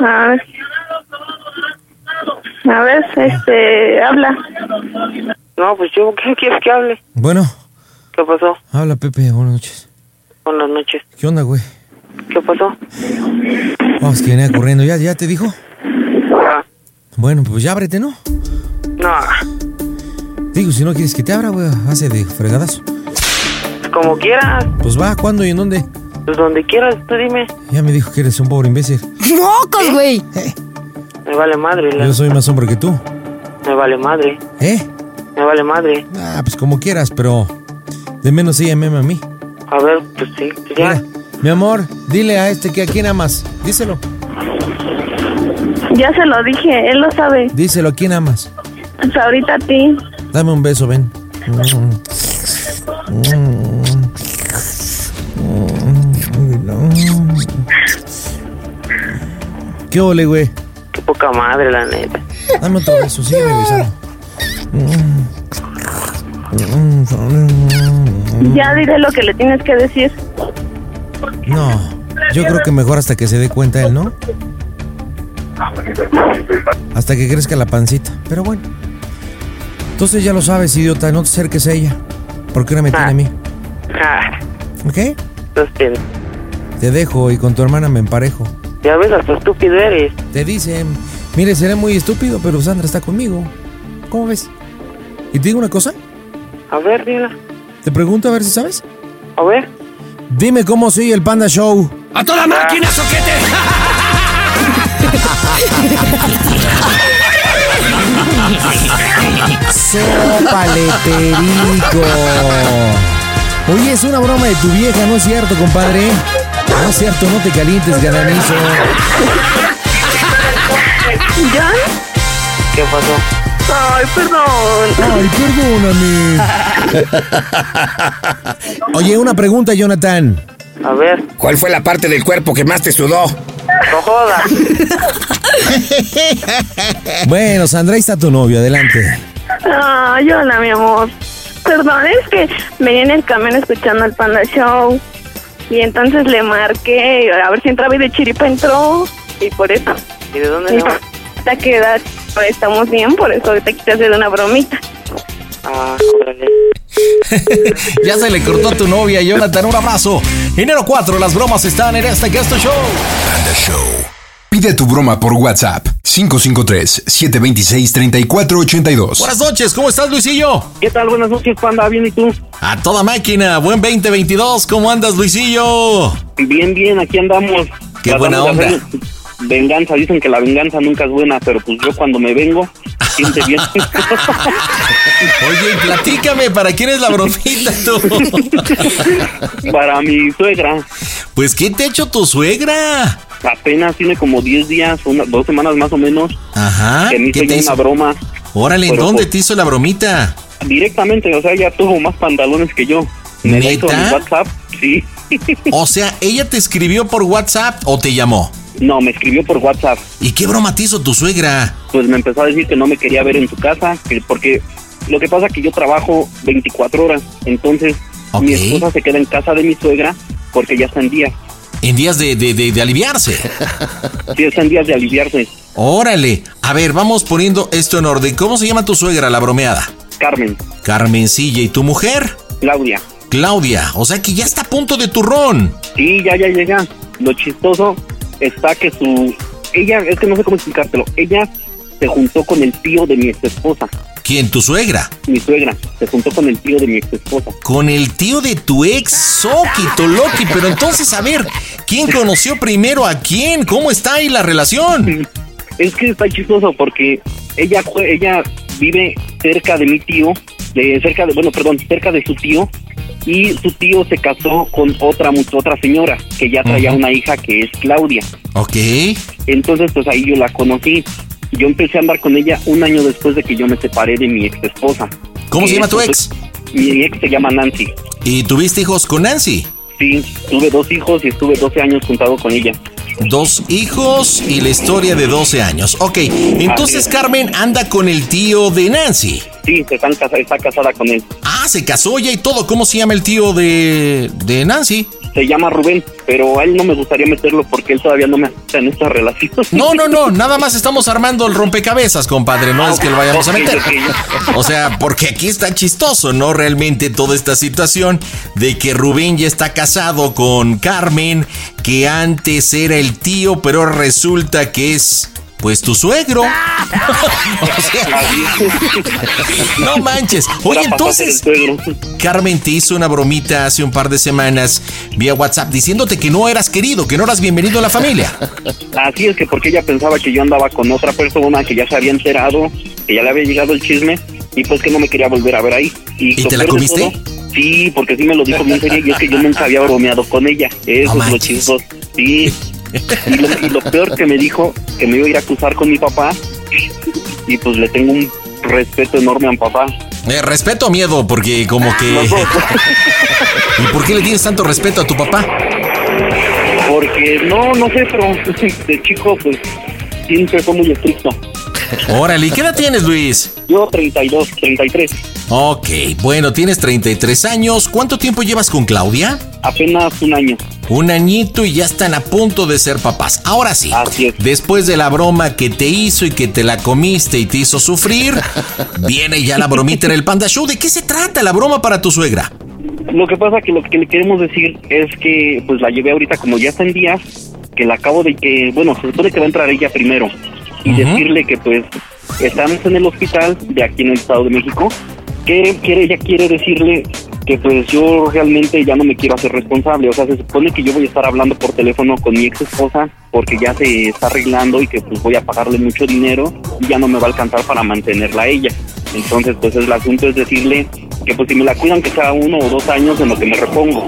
A Eh, ver. A ver, este, habla.
No, pues yo, ¿qué quieres que hable?
Bueno,
¿Qué pasó?
habla Pepe, buenas noches.
Buenas noches.
¿Qué onda, güey?
¿Qué pasó?
Vamos, que venía corriendo. ¿Ya, ya te dijo? Bueno, pues ya ábrete, ¿no?
No,
Digo, si no quieres que te abra, güey, hace de fregadazo.
como quieras,
Pues va, ¿cuándo y en dónde?
pues donde quieras, tú dime.
Ya me dijo que eres un pobre imbécil.
[laughs] ¡Mocos, güey! Eh, Me vale madre, la-
Yo soy más hombre que tú.
me vale madre,
¿Eh?
me vale madre.
Ah, pues como quieras, pero de menos ella me ama a mí.
A ver, pues sí, pues ya.
Mi amor, dile a este que a quién amas. Díselo.
Ya se lo dije, él lo sabe.
Díselo a quién amas.
Hasta ahorita a ti.
Dame un beso, ven. ¿Qué ole, güey?
Qué poca madre, la neta.
Dame otro beso, sigue besando.
Ya diré lo que le tienes que
[laughs]
decir.
No, yo creo que mejor hasta que se dé cuenta él, ¿no? Hasta que crezca la pancita. Pero bueno. Entonces ya lo sabes, idiota, no te acerques a ella. Porque ahora me tiene a mí.
Ah,
¿Ok?
estás pen-
Te dejo y con tu hermana me emparejo.
ya ves, hasta estúpido eres.
Te dicen, mire, seré muy estúpido, pero Sandra está conmigo. ¿Cómo ves? ¿Y te digo una cosa?
A ver, dila.
Te pregunto a ver si sabes.
A ver.
Dime cómo soy el Panda Show.
¡A toda máquina, soquete!
¡Sópale, perico! Oye, es una broma de tu vieja, ¿no es cierto, compadre? No es cierto, no te calientes, galanizo.
¿Ya?
¿Qué pasó? Ay, perdón.
Ay, perdóname. Oye, una pregunta, Jonathan.
A ver.
¿Cuál fue la parte del cuerpo que más te sudó?
No jodas.
Bueno, Sandra, ahí está tu novio, adelante.
Ay, hola, mi amor. Perdón, es que venía en el camión escuchando el Panda Show. Y entonces le marqué, a ver si entraba y de chiripa entró. Y por eso.
¿Y de dónde
Y
no?
hasta que edad estamos bien, por eso ahorita quise hacer una bromita.
Ah, órale.
[laughs] Ya se le cortó a tu novia, Jonathan. Un abrazo. Enero 4, las bromas están en este Gesto Show.
Panda Show. Pide tu broma por WhatsApp 553-726-3482.
Buenas noches, ¿cómo estás, Luisillo?
Pues, ¿Qué tal? Buenas noches, Panda. Bien, ¿y tú?
A toda máquina, buen 2022. ¿Cómo andas, Luisillo?
Bien, bien, aquí andamos.
Qué
Tratando
buena
de
onda.
hacer Venganza, dicen que la venganza nunca es buena, pero pues yo cuando me vengo, siente bien.
Oye, y platícame, ¿para [laughs] quién es la
[laughs]
bromita tú?
Para mi suegra.
Pues, ¿qué te ha hecho tu suegra?
Apenas tiene como 10 días, una- dos semanas más o menos,
Ajá.
que me hizo
Ah, ¿Qué te
ya una
hizo?
broma.
Órale, ¿en
Pero,
dónde
pues,
te hizo la bromita?
Directamente, o sea, ella tuvo más pantalones que yo. Me la hizo en
¿Neta?
WhatsApp, sí. [laughs]
O sea, ¿ella te escribió por WhatsApp o te llamó?
No, me escribió por WhatsApp.
¿Y qué broma te hizo tu suegra?
pues me empezó a decir que no me quería ver en su casa, que porque lo que pasa es que yo trabajo 24 horas, entonces mi esposa se queda en casa de mi suegra porque ya está en día,
En días de, de- de- de aliviarse.
sí está en días de aliviarse.
Órale. A ver, vamos poniendo esto en orden. ¿Cómo se llama tu suegra, la bromeada?
Carmen.
Carmencilla. ¿Y tu mujer?
Claudia.
Claudia. O sea que ya está a punto de turrón.
Sí, ya, ya, ya, ya. Lo chistoso está que su... Ella, es que no sé cómo explicártelo, ella se juntó con el tío de mi ex esposa,
¿Quién? ¿Tu suegra?
mi suegra, se juntó con el tío de mi ex esposa.
Con el tío de tu ex, Soquito Loki. Pero entonces, a ver, ¿quién conoció primero a quién? ¿Cómo está ahí la relación?
Es que está chistoso porque ella jue- ella vive cerca de mi tío, de cerca de bueno, perdón, cerca de su tío y su tío se casó con otra mu- otra señora que ya traía
Ujú.
una hija que es Claudia.
Ok.
Entonces pues ahí yo la conocí. Yo empecé a andar con ella un año después de que yo me separé de mi ex esposa.
¿Cómo se llama tu ex?
Mi ex se llama Nancy.
¿Y tuviste hijos con Nancy?
Sí, tuve dos hijos y estuve 12 años juntado con ella.
Dos hijos y la historia de 12 años. Ok, entonces Carmen anda con el tío de Nancy.
Sí, se están casa- está casada con él.
Ah, se casó ya y todo. ¿Cómo se llama el tío de, de Nancy?
Se llama Rubén, pero a él no me gustaría meterlo porque él todavía no me acepta en esta relación.
No, no, no, nada más estamos armando el rompecabezas, compadre, no es que lo vayamos a meter. O sea, porque aquí está chistoso, ¿no? Realmente toda esta situación de que Rubén ya está casado con Carmen, que antes era el tío, pero resulta que es... Pues tu suegro. O sea, no manches. Oye, entonces, Carmen te hizo una bromita hace un par de semanas vía WhatsApp diciéndote que no eras querido, que no eras bienvenido a la familia.
[laughs] Así es que porque ella pensaba que yo andaba con otra persona que ya se había enterado, que ya le había llegado el chisme y pues que no me quería volver a ver ahí. ¿Y, lo
te la
peor de
comiste?
todo, sí, porque sí me lo dijo bien seria y es que yo nunca había bromeado con ella. Eso
No
es lo
manches.
chistoso. Sí. Y lo, y lo peor que me dijo que me iba a ir a acusar con mi papá y pues le tengo un respeto enorme a mi papá.
Eh, respeto o miedo, porque como que... [laughs] ¿Y por qué le tienes tanto respeto a tu papá?
Porque no, no sé, pero [laughs] de chico pues siempre fue muy estricto.
Órale, ¿y qué edad tienes, Luis?
Yo 32, 33.
Ok, bueno, tienes 33 años. ¿Cuánto tiempo llevas con Claudia?
Apenas un año.
Un añito y ya están a punto de ser papás. Ahora sí, después de la broma que te hizo y que te la comiste y te hizo
[laughs]
sufrir, viene ya la bromita en el Panda Show. ¿De qué se trata la broma para tu suegra?
Lo que pasa que lo que le queremos decir es que pues la llevé ahorita como ya está en días, que la acabo de que, bueno, se supone que va a entrar ella primero y
Ujú.
decirle que pues estamos en el hospital de aquí en el Estado de México, que quiere, ella quiere decirle que pues yo realmente ya no me quiero hacer responsable, o sea, se supone que yo voy a estar hablando por teléfono con mi ex esposa porque ya se está arreglando y que pues voy a pagarle mucho dinero y ya no me va a alcanzar para mantenerla a ella. Entonces, pues el asunto es decirle que pues si me la cuidan que sea uno o dos años en lo que me repongo.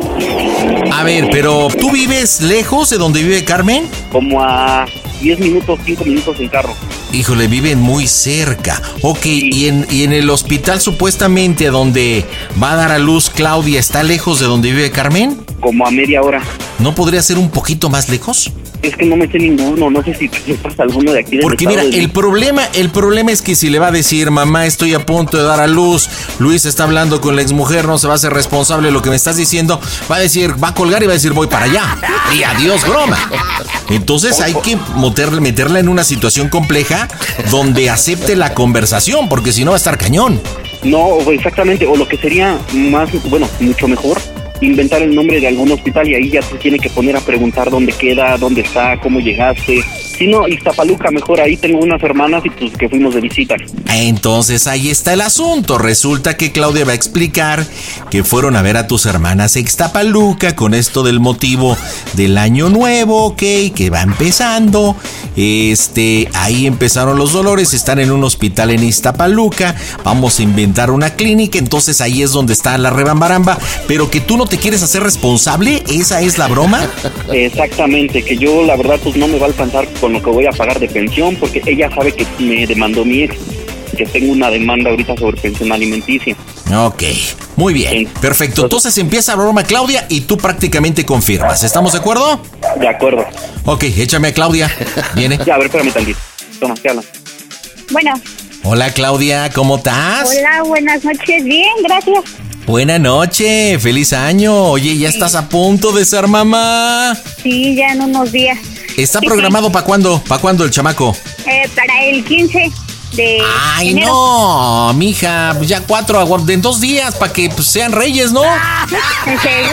A ver, pero ¿tú vives lejos de donde vive Carmen?
Como a 10 Ah, minutos, 5 minutos en carro.
Híjole, viven muy cerca. Ok, y en, y en el hospital supuestamente a donde va a dar a luz Claudia, ¿está lejos de donde vive Carmen?
Como a media hora.
¿No podría ser un poquito más lejos?
Es que no me sé ninguno, no sé si [laughs] te pasa alguno de aquí. del
Porque mira,
estado de
el problema, el problema es que si le va a decir, mamá, estoy a punto de dar a luz, Luis está hablando con la exmujer, no se va a hacer responsable de lo que me estás diciendo, va a decir, va a colgar y va a decir, voy para allá. Y adiós, broma. Entonces hay que meter- meterla en una situación compleja donde acepte la conversación, porque si no va a estar cañón.
No, o exactamente, o lo que sería más, bueno, mucho mejor, inventar el nombre de algún hospital y ahí ya se tiene que poner a preguntar dónde queda, dónde está, cómo llegaste. Si no, Iztapaluca, mejor ahí tengo unas hermanas y pues que fuimos de visita.
Entonces ahí está el asunto. Resulta que Claudia va a explicar que fueron a ver a tus hermanas a Ixtapaluca con esto del motivo del año nuevo, ok, que va empezando. Este, ahí empezaron los dolores, están en un hospital en Ixtapaluca, vamos a inventar una clínica, entonces ahí es donde está la rebambaramba, pero que tú no te quieres hacer responsable, esa es la broma.
Exactamente, que yo la verdad pues no me va a alcanzar con lo que voy a pagar de pensión porque ella sabe que me demandó mi ex, que tengo una demanda ahorita sobre pensión alimenticia.
Ok, muy bien, perfecto. Entonces empieza la broma Claudia y tú prácticamente confirmas. ¿Estamos de acuerdo?
De acuerdo.
Ok, échame a Claudia. Viene.
[laughs] Ya, a ver, espérame tantito. Toma, te hablan.
Bueno,
Hola Claudia, ¿cómo estás?
hola, buenas noches. Bien, gracias.
Buena noche, feliz año. Oye, ya estás a punto de ser mamá.
Sí, ya en unos días.
¿Está
Sí,
programado para cuándo? ¿Para cuándo el chamaco?
sí. Eh, para el 15 de
Ay,
enero.
no, mija, pues ya cuatro, agu- en dos días, para que pues, sean reyes, ¿no?
[laughs] ¿En serio?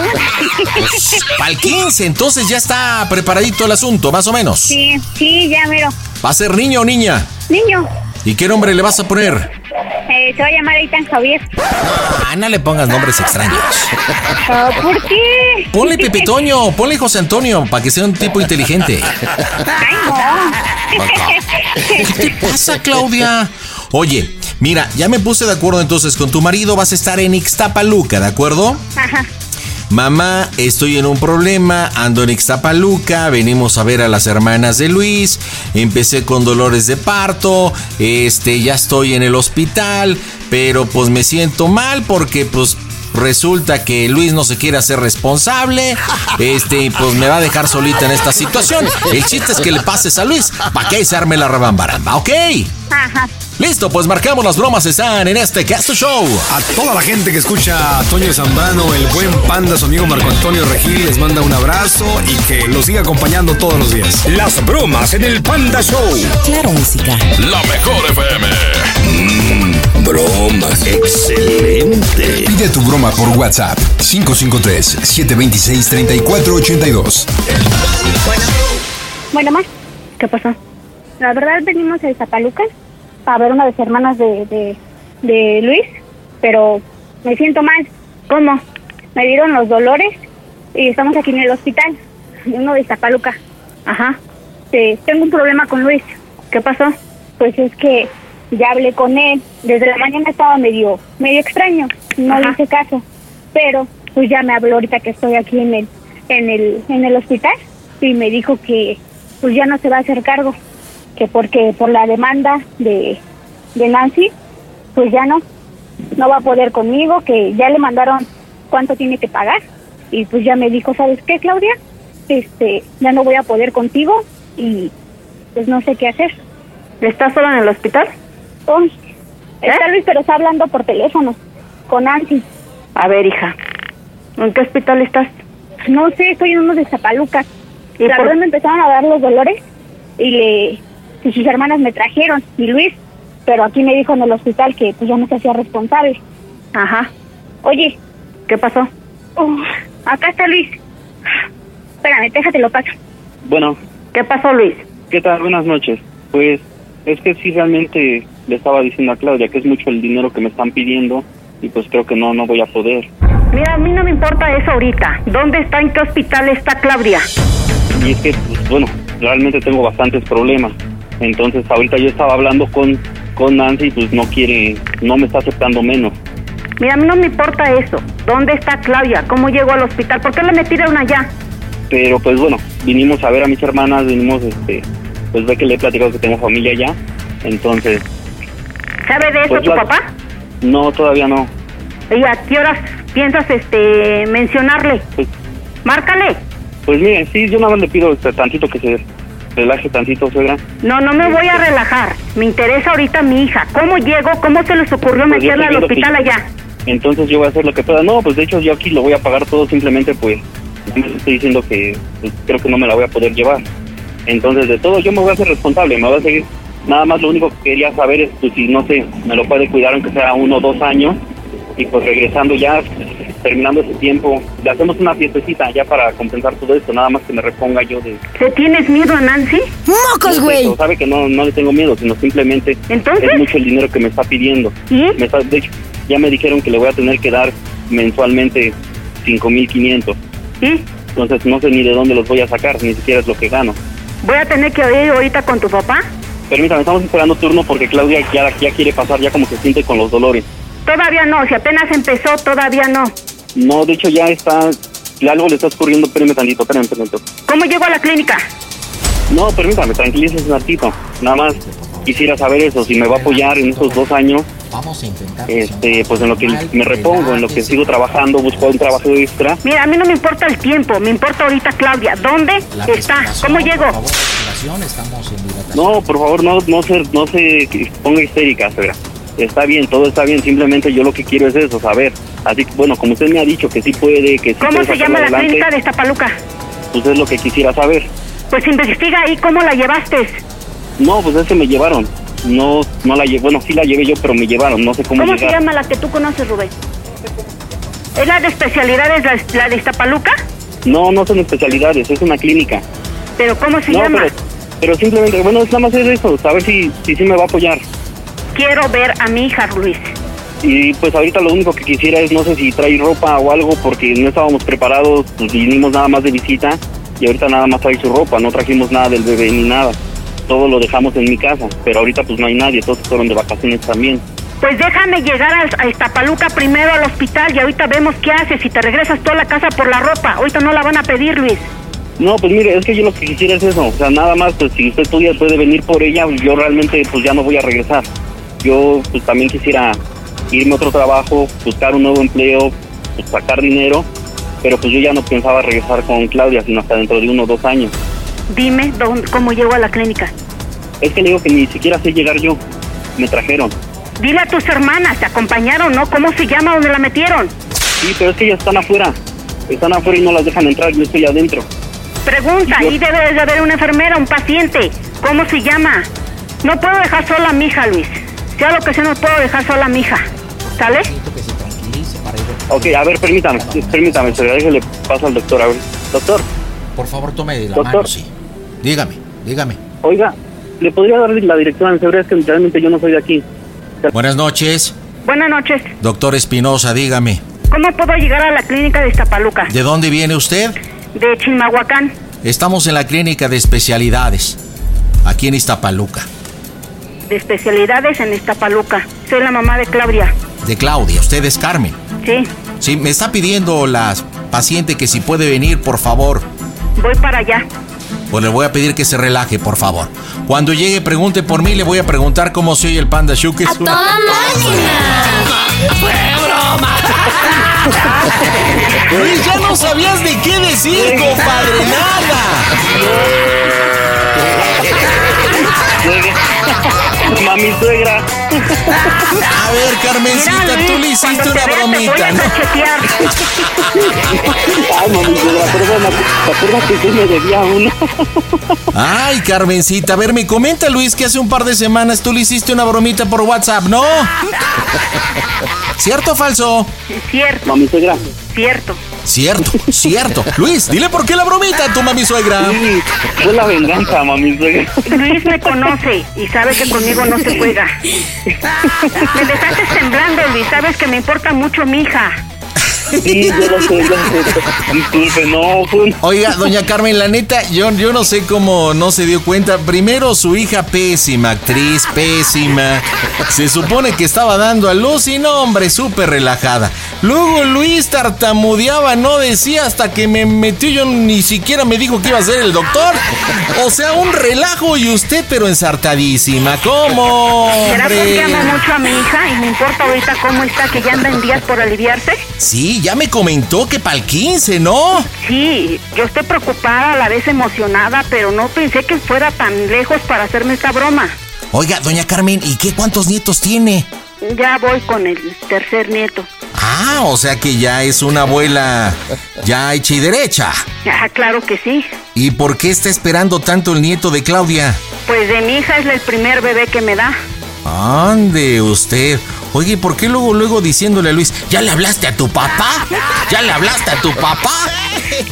Para el 15, entonces ya está preparadito el asunto, más o menos.
Sí, sí, ya mero.
¿Va a ser niño o niña?
Niño,
¿Y qué nombre le vas a poner?
eh, se va a llamar Aitan Javier.
Ah, no le pongas nombres extraños.
Ah, ¿Por qué?
Ponle Pepe Toño, ponle José Antonio, para que sea un tipo inteligente.
Ay, no.
¿Qué te pasa, Claudia? Oye, mira, ya me puse de acuerdo entonces con tu marido, vas a estar en Ixtapaluca, ¿de acuerdo?
Ajá.
Mamá, estoy en un problema, ando en Ixtapaluca, venimos a ver a las hermanas de Luis, empecé con dolores de parto, este, ya estoy en el hospital, pero pues me siento mal porque pues Resulta que Luis no se quiere hacer responsable. Este, y pues me va a dejar solita en esta situación. El chiste es que le pases a Luis para que ahí se arme la rebambaramba, ¿ok?
Ajá.
Listo, pues marcamos las bromas, están en este Casto Show.
A toda la gente que escucha a Toño Zambrano, el buen panda, su amigo Marco Antonio Regil, les manda un abrazo y que lo siga acompañando todos los días.
Las bromas en el Panda Show.
Claro, música.
La mejor FM. Mm, bromas. Excelente.
Pide tu broma por WhatsApp 553-726-3482.
Bueno, más. ¿Qué pasó? La verdad venimos de Zapalucan a ver una de las hermanas de, de, de Luis, pero me siento mal. ¿Cómo? Me dieron los dolores y estamos aquí en el hospital, uno de Iztapaluca. Ajá. Sí, tengo un problema con Luis. ¿Qué pasó? Pues es que ya hablé con él. Desde la mañana estaba medio, medio extraño. No le hice caso. Pero pues ya me habló ahorita que estoy aquí en el, en el, en el hospital y me dijo que pues ya no se va a hacer cargo que porque por la demanda de, de Nancy, pues ya no, no va a poder conmigo, que ya le mandaron cuánto tiene que pagar y pues ya me dijo, ¿sabes qué, Claudia? Este, ya no voy a poder contigo y pues no sé qué hacer. ¿Estás solo en el hospital? ¿Eh? Uy, está Luis, pero está hablando por teléfono con Nancy. A ver, hija, ¿en qué hospital estás? No sé, estoy en uno de Zapalucas.
¿Y
la
por-
verdad me empezaron a dar los dolores y le y sus hermanas me trajeron y Luis, pero aquí me dijo en el hospital que pues yo no se hacía responsable. Ajá. Oye, ¿qué pasó? acá está Luis. Espérame, déjate lo paso.
Bueno.
¿Qué pasó, Luis?
¿Qué tal? Buenas noches. Pues es que sí, realmente le estaba diciendo a Claudia que es mucho el dinero que me están pidiendo y pues creo que no, no voy a poder.
Mira, a mí no me importa eso ahorita. ¿Dónde está, en qué hospital está Claudia?
Y es que, pues, bueno, realmente tengo bastantes problemas. Entonces, ahorita yo estaba hablando con, con Nancy y pues no quiere, no me está aceptando menos.
Mira, a mí no me importa eso. ¿Dónde está Claudia? ¿Cómo llegó al hospital? ¿Por qué le metieron allá?
Pero pues bueno, vinimos a ver a mis hermanas, vinimos, este, pues ve que le he platicado que tengo familia allá. Entonces,
¿Sabe de eso
Pues
tu
la-
papá?
no, todavía no.
¿Y a qué horas piensas este mencionarle? Márcale.
Pues mire, sí, yo nada más le pido este, tantito que se relaje tantito, suegra.
No, no me voy a relajar. Me interesa ahorita mi hija. ¿Cómo llegó? ¿Cómo se les ocurrió
Pues yo
meterla al
estoy viendo
hospital
que-
allá?
Entonces yo voy a hacer lo que pueda. No, pues de hecho yo aquí lo voy a pagar todo simplemente pues nada más estoy diciendo que pues, creo que no me la voy a poder llevar. Entonces de todo yo me voy a hacer responsable, me voy a seguir. Nada más lo único que quería saber es pues, si no sé, me lo puede cuidar aunque sea uno o dos años y pues regresando ya, terminando ese tiempo, le hacemos una fiestecita ya para compensar todo esto, nada más que me reponga yo de...
¿Le tienes miedo a Nancy? ¡Mocos, güey!
Pero sabe que no, no le tengo miedo, sino simplemente
¿Entonces?
es mucho el dinero que me está pidiendo. Me está- de hecho, ya me dijeron que le voy a tener que dar mensualmente 5.500. Entonces no sé ni de dónde los voy a sacar, ni siquiera es lo que gano.
Voy a tener que oír ahorita con tu papá.
Permítame, estamos esperando turno porque Claudia ya, ya quiere pasar, ya como se siente con los dolores.
Todavía no, si apenas empezó, todavía no.
No, de hecho ya está, algo le está ocurriendo, espérame tantito, espérame tantito.
¿Cómo llegó a la clínica?
No, permítame, tranquilícese un ratito. Nada más quisiera saber eso, si me va a apoyar en estos dos años
Vamos a intentar.
este, pues en lo que me repongo, en lo que sigo trabajando, busco un trabajo extra.
Mira, a mí no me importa el tiempo, me importa ahorita Claudia. ¿Dónde
La
está? ¿Cómo llegó?
Estamos No, por favor, no, no se, no se ponga histérica, suegra. Está bien, todo está bien, simplemente yo lo que quiero es eso, saber. Así que, bueno, como usted me ha dicho que sí puede, que sí
¿Cómo
puede
se
sacarlo
llama la
adelante,
clínica de Estapaluca?
Pues es lo que quisiera saber.
Pues investiga ahí cómo la llevaste.
No, pues es que me llevaron. No, no la llevé, bueno, sí la llevé yo, pero me llevaron, no sé cómo,
¿Cómo se
llegar.
llama la que tú conoces, Rubén? ¿Es la de especialidades, la, la de Estapaluca?
No, no son especialidades, es una clínica.
¿Pero cómo se
no,
llama?
Pero, pero simplemente, bueno, es nada más es eso, saber si, si sí me va a apoyar.
Quiero ver a mi hija, Luis.
Y pues ahorita lo único que quisiera es, no sé si trae ropa o algo, porque no estábamos preparados, pues, vinimos nada más de visita y ahorita nada más trae su ropa, no trajimos nada del bebé ni nada. Todo lo dejamos en mi casa, pero ahorita pues no hay nadie, todos fueron de vacaciones también.
Pues déjame llegar al- a Estapaluca primero al hospital y ahorita vemos qué haces. Si te regresas tú a la casa por la ropa, ahorita no la van a pedir, Luis.
No, pues mire, es que yo lo que quisiera es eso, o sea, nada más, pues si usted podía, puede venir por ella, yo realmente pues ya no voy a regresar. Yo pues también quisiera irme a otro trabajo, buscar un nuevo empleo, pues, sacar dinero, pero pues yo ya no pensaba regresar con Claudia, sino hasta dentro de uno o dos años.
Dime dónde- cómo llego a la clínica.
Es que le digo que ni siquiera sé llegar yo, me trajeron.
Dile a tus hermanas, ¿te acompañaron, no? ¿Cómo se llama donde la metieron?
Sí, pero es que ellas están afuera, están afuera y no las dejan entrar, yo estoy adentro.
Pregunta, ahí debe de haber una enfermera, un paciente. ¿Cómo se llama? No puedo dejar sola a mi hija, Luis. Sea lo que sea, no puedo dejar sola a mi hija. ¿Sale?
Ok, a ver, permítame, permítame, se le paso al doctor, a ver. Doctor,
Por favor, tome la
Doctor.
mano, sí. Dígame, dígame.
oiga, ¿le podría dar la dirección al Sebrae? Es que literalmente yo no soy de aquí.
Buenas noches,
Buenas noches.
doctor Espinosa, dígame.
¿Cómo puedo llegar a la clínica de Iztapaluca?
¿De dónde viene usted?
De Chimahuacán.
Estamos en la clínica de especialidades, aquí en Iztapaluca.
de especialidades en Iztapaluca. Soy la mamá de Claudia.
De Claudia, usted es Carmen.
Sí,
Sí, me está pidiendo la paciente que si puede venir, por favor.
voy para allá.
Pues le voy a pedir que se relaje, por favor. Cuando llegue, pregunte por mí. Le voy a preguntar cómo soy el Panda Show. Que es una- Luis, ya no sabías de qué decir, compadre. Nada.
Mami suegra.
A ver, Carmencita,
Mira, Luis,
tú le hiciste
cuando te
una
vea, te voy a
bromita, ¿no?
Ay, mami, suegra, perdóname, ¿te acuerdas que yo me debía uno?
Ay, Carmencita, a ver, me comenta Luis que hace un par de semanas tú le hiciste una bromita por WhatsApp, ¿no? ¿Cierto o falso?
Cierto.
Mami suegra.
Cierto.
Cierto, cierto. Luis, dile por qué la bromita a tu mami suegra.
Fue la venganza, mami suegra.
Luis me conoce y sabe que conmigo no se juega. Me dejaste temblando, Luis. Sabes que me importa mucho mi hija.
Sí, yo lo sé, yo lo sé. Disculpe, no, fue un-
Oiga, doña Carmen, la neta, yo, yo no sé cómo no se dio cuenta. Primero, su hija pésima, actriz pésima. Se supone que estaba dando a luz y no, hombre, súper relajada. Luego Luis tartamudeaba, no decía hasta que me metió, yo ni siquiera me dijo que iba a ser el doctor. O sea, un relajo y usted, pero ensartadísima. ¿Cómo?
¿Será porque
Hombre?
amo mucho a mi hija y me importa ahorita cómo está, que ya anda en días por aliviarse?
Sí, ya me comentó que para el 15, ¿no?
Sí, yo estoy preocupada, a la vez emocionada, pero no pensé que fuera tan lejos para hacerme esta broma.
Oiga, doña Carmen, ¿y qué cuántos nietos tiene?
Ya voy con el tercer nieto.
Ah, o sea que ya es una abuela ya hecha y derecha.
Ah, claro que sí.
¿Y por qué está esperando tanto el nieto de Claudia?
Pues de mi hija es el primer bebé que me da.
Ande usted. Oye, ¿y ¿por qué luego, luego diciéndole a Luis, ¿ya le hablaste a tu papá? ¿Ya le hablaste a tu papá?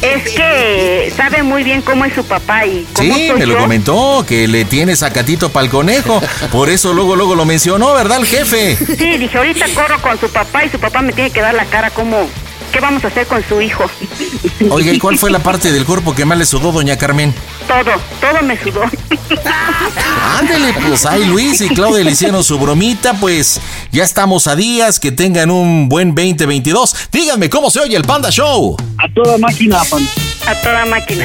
Es que sabe muy bien cómo es su papá y cómo
Sí,
soy
me lo
yo.
comentó, que le tiene sacatito pa'l conejo. Por eso luego, luego lo mencionó, ¿verdad, el jefe?
Sí, dije, ahorita corro con su papá y su papá me tiene que dar la cara como, ¿qué vamos a hacer con su hijo?
Oiga, ¿y cuál fue la parte del cuerpo que más le sudó, doña Carmen?
Todo, todo me sudó.
Ándele, pues ahí Luis y Claudia le hicieron su bromita, pues ya estamos a días, que tengan un buen 2022. Díganme cómo se oye el Panda Show.
A toda máquina,
A toda máquina.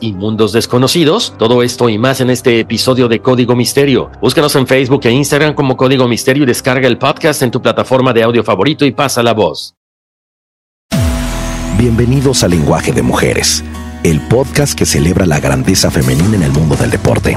y mundos desconocidos? Todo esto y más en este episodio de Código Misterio. Búscanos en Facebook e Instagram como Código Misterio y descarga el podcast en tu plataforma de audio favorito y pasa la voz.
Bienvenidos a Lenguaje de Mujeres, el podcast que celebra la grandeza femenina en el mundo del deporte.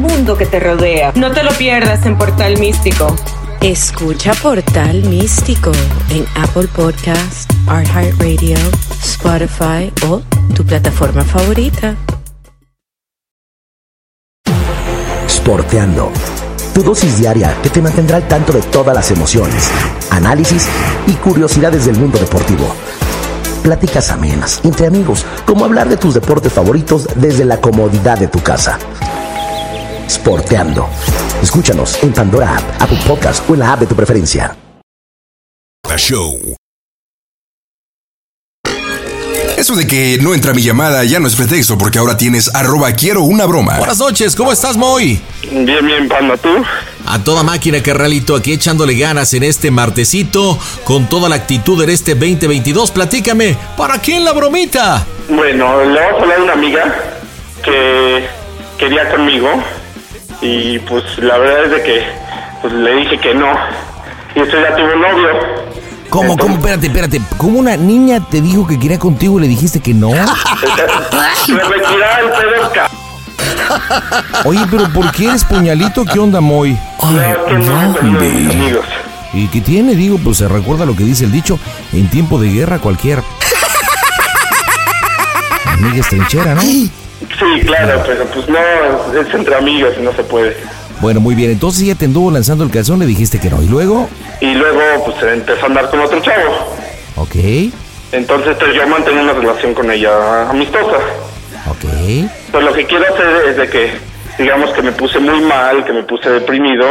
mundo que te rodea. No te lo pierdas en Portal Místico.
Escucha Portal Místico en Apple Podcast, Art Radio, Spotify o tu plataforma favorita.
Sporteando. Tu dosis diaria que te mantendrá al tanto de todas las emociones, análisis y curiosidades del mundo deportivo. Pláticas amenas, entre amigos, como hablar de tus deportes favoritos desde la comodidad de tu casa. Sporteando. Escúchanos en Pandora App, Apple Podcast o en la app de tu preferencia.
La show. Eso de que no entra mi llamada ya no es pretexto porque ahora tienes arroba quiero una broma.
Buenas noches, ¿cómo estás, Moy?
Bien, bien, panda, ¿tú?
A toda máquina, carralito, aquí echándole ganas en este martesito, con toda la actitud en este 2022. Platícame, ¿para quién la bromita?
Bueno, le voy a hablar a una amiga que quería conmigo y pues la verdad es de que pues, le dije que no y esto ya tuvo novio.
¿Cómo, cómo? Espérate, espérate. ¿Cómo una niña te dijo que quería contigo y le dijiste
[laughs]
que no?
Se retiraba el pedo, ca-
Oye, pero ¿por qué eres puñalito? ¿Qué onda, Moy?
amigos.
¿Y qué tiene? Digo, pues se recuerda lo que dice el dicho, en tiempo de
[laughs]
guerra cualquier... Amiga es trinchera, ¿no?
Sí, claro, pero pues no, es entre amigos y no se puede.
Bueno, muy bien. Entonces ella te anduvo lanzando el calzón, le dijiste que no. Y luego,
Y luego pues empezó a andar con otro chavo.
ok,
Entonces pues, yo mantenía una relación con ella amistosa.
ok.
Pues lo que quiero hacer es de que, digamos que me puse muy mal, que me puse deprimido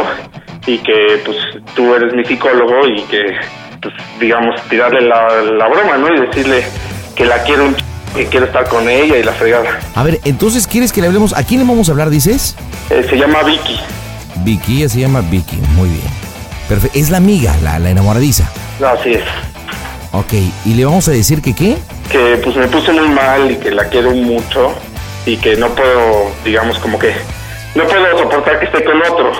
y que pues tú eres mi psicólogo y que, pues digamos, tirarle la, la broma, ¿no? Y decirle que la quiero un ch... que quiero estar con ella y la fregada.
A ver, entonces, ¿quieres que le hablemos? ¿A quién le vamos a hablar, dices?
Eh, se llama Vicky.
Vicky, ella se llama Vicky. Muy bien. Perfecto. Es la amiga, la, la enamoradiza.
Así es.
Ok, y le vamos a decir que qué?
que pues me puse muy mal y que la quiero mucho y que no puedo, digamos como que no puedo soportar que esté con otro.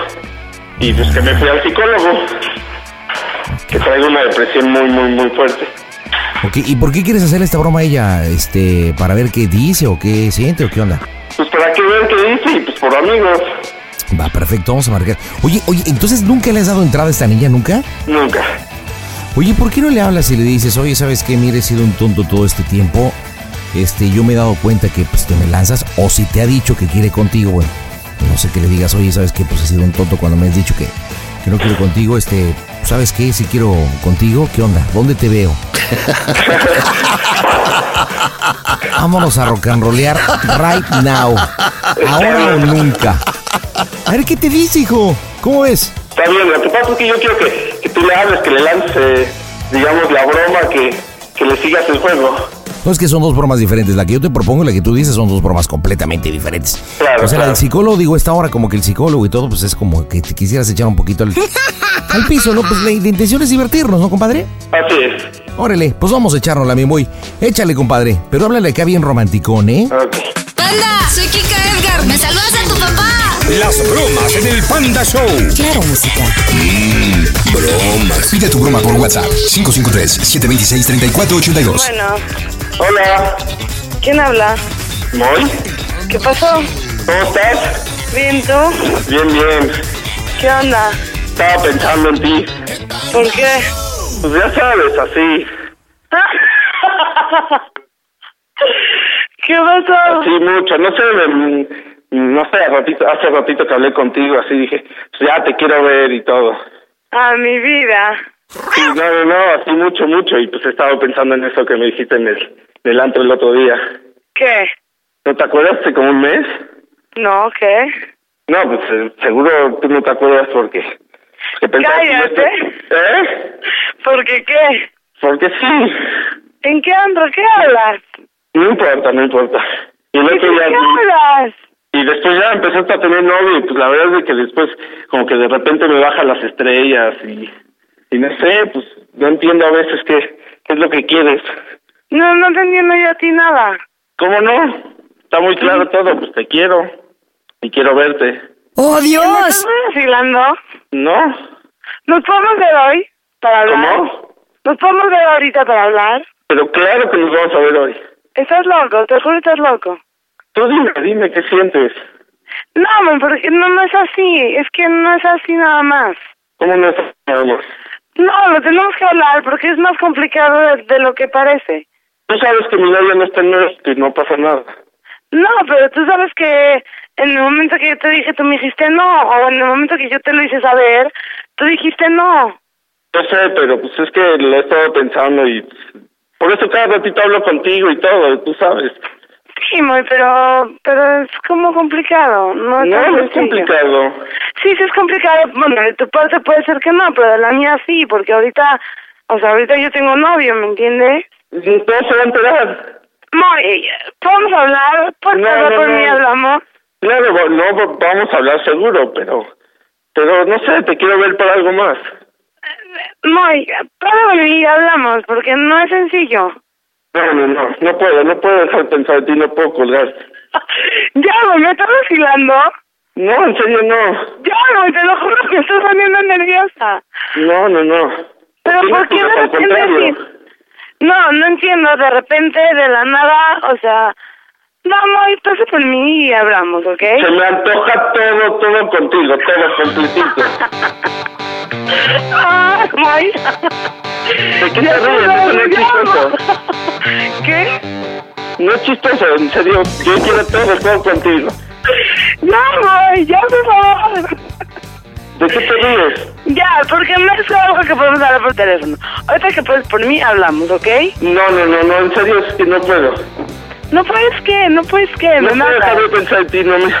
Y pues que me fui al psicólogo, que traigo una depresión muy, muy, muy fuerte.
Ok, ¿y por qué quieres hacerle esta broma a ella? Este, para ver qué dice o qué siente o qué onda.
Pues para que vean qué dice y pues por amigos,
Va, perfecto, vamos a marcar. Oye, oye, entonces, ¿nunca le has dado entrada a esta niña? ¿Nunca?
nunca.
Oye, ¿por qué no le hablas y le dices, oye, ¿sabes qué? Mire, he sido un tonto todo este tiempo. Este, yo me he dado cuenta que pues, te me lanzas. O si te ha dicho que quiere contigo, bueno, no sé qué le digas, oye, ¿sabes qué? Pues he sido un tonto cuando me has dicho que, que no quiero contigo. Este, ¿sabes qué? Si quiero contigo, ¿qué onda? ¿Dónde te veo? Vámonos a rock and rollear right now. Ahora o nunca. A ver qué te dice, hijo. ¿Cómo es?
Está bien, lo que pasa es que yo quiero que, que tú le hables, que le lances, eh, digamos, la broma, que, que le sigas el juego.
No es que son dos bromas diferentes. La que yo te propongo y la que tú dices son dos bromas completamente diferentes. o sea, la del psicólogo, digo, esta hora como que el psicólogo y todo, pues es como que te quisieras echar un poquito al, al piso, ¿no? Pues la, la intención es divertirnos, ¿no, compadre?
Así es.
Órale, pues vamos a echárnosla, mi boy. Échale, compadre. Pero háblale acá bien romanticón, ¿eh?
Panda, soy Kika Edgar. Me saludas a tu papá.
Las bromas en el Panda Show. Claro, música.
Mm,
Bromas. Pide tu broma por WhatsApp 553-726-3482.
Bueno,
hola.
¿Quién habla?
¿Moy?
¿Qué pasó?
¿Cómo estás?
Bien, ¿tú?
Bien, bien.
¿Qué onda?
Estaba pensando en ti.
¿Por qué?
Pues ya sabes, así.
¿Qué pasó?
Sí, mucho. No sé, me- no sé, al ratito- hace ratito que hablé contigo, así dije, pues ya te quiero ver y todo.
A mi vida.
Sí, no, no, no, así mucho, mucho. Y pues he estado pensando en eso que me dijiste en el, en el antro el otro día.
¿Qué?
¿No te acuerdas? Hace como un mes.
No, ¿qué?
No, pues eh, seguro tú no te acuerdas porque... porque pensaste-
Cállate.
¿Eh?
¿Por qué qué?
Porque sí.
¿En qué ando? ¿Qué hablas?
No importa, no importa. Y el
¿De
otro
qué
ya...
hablas?
Y después ya empezaste a tener novio y pues la verdad es de que después como que de repente me bajan las estrellas y... Y no sé, pues no entiendo a veces qué, qué es lo que quieres.
No, no te entiendo yo a ti nada.
¿Cómo no? Está muy claro todo, pues te quiero. Y quiero verte.
¡Oh, Dios! ¿Me estás vacilando?
¿No?
¿Nos podemos ver hoy para hablar?
¿Cómo?
¿Nos podemos ver ahorita para hablar?
Pero claro que nos vamos a ver hoy.
Estás loco, te juro que estás loco.
Tú dime, dime qué sientes.
No, man, porque no, no es así. Es que no es así nada más.
¿Cómo no estás amor?
No, lo tenemos que hablar porque es más complicado de, de lo que parece.
Tú sabes que mi novia no está en México y no pasa nada.
No, pero tú sabes que en el momento que yo te dije, tú me dijiste no. O en el momento que yo te lo hice saber, tú dijiste no.
No sé, pero pues es que lo he estado pensando y... pues, Por eso cada ratito hablo contigo y todo, tú sabes.
Sí, muy, pero, pero es como complicado. No,
No,
tan
no es
sencillo.
complicado.
Sí, sí es complicado. Bueno, de tu parte puede ser que no, pero de la mía sí, porque ahorita, o sea, ahorita yo tengo novio, ¿me entiendes?
No se va a enterar.
Muy, podemos hablar, por
No,
favor,
no,
por
no.
mí hablamos.
Claro, va- no va- vamos a hablar seguro, pero... Pero no sé, te quiero ver para algo más.
Muy, por mí hablamos, porque no es sencillo.
No, no, no, no puedo, no puedo dejar de pensar en ti, no puedo colgar.
Ya, güey, me estás vacilando.
No, en serio no.
Ya, güey, te lo juro que me estoy poniendo nerviosa.
No, no, no.
Pero ¿por qué de
Al
repente
contrario.
sí? No, no entiendo, de repente, de la nada, o sea, vamos, y pasa por mí y hablamos, ¿ok?
Se me antoja todo, todo contigo, todo completito.
Ah, Moy.
¿De qué te ríes? Eso no es chistoso.
¿Qué?
No es chistoso, en serio. Yo quiero todo, todo contigo.
No, Moy, ya, por favor.
¿De qué te ríes?
Ya, porque no es algo que podemos hablar por teléfono. Ahorita que puedes por mí, hablamos, ¿ok?
No, no, no, no, en serio es que no puedo.
No puedes que, no puedes que,
No
me
puedo
matas.
dejar de pensar en ti, no me...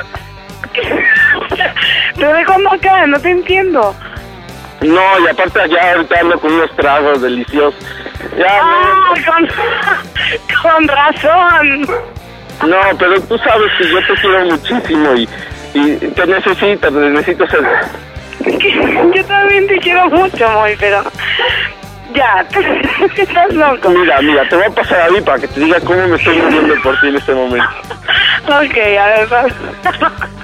Te dejo acá, no te entiendo.
No, y aparte allá ahorita ando con unos tragos deliciosos. Ya,
Ah, con, con razón.
No, pero tú sabes que yo te quiero muchísimo y, y te necesito, te necesito ser...
Yo también te quiero mucho, Moy, pero... Ya, [laughs] estás loco.
Mira, mira, te voy a pasar a mí para que te diga cómo me estoy muriendo por ti en este momento.
Ok, a ver, vas.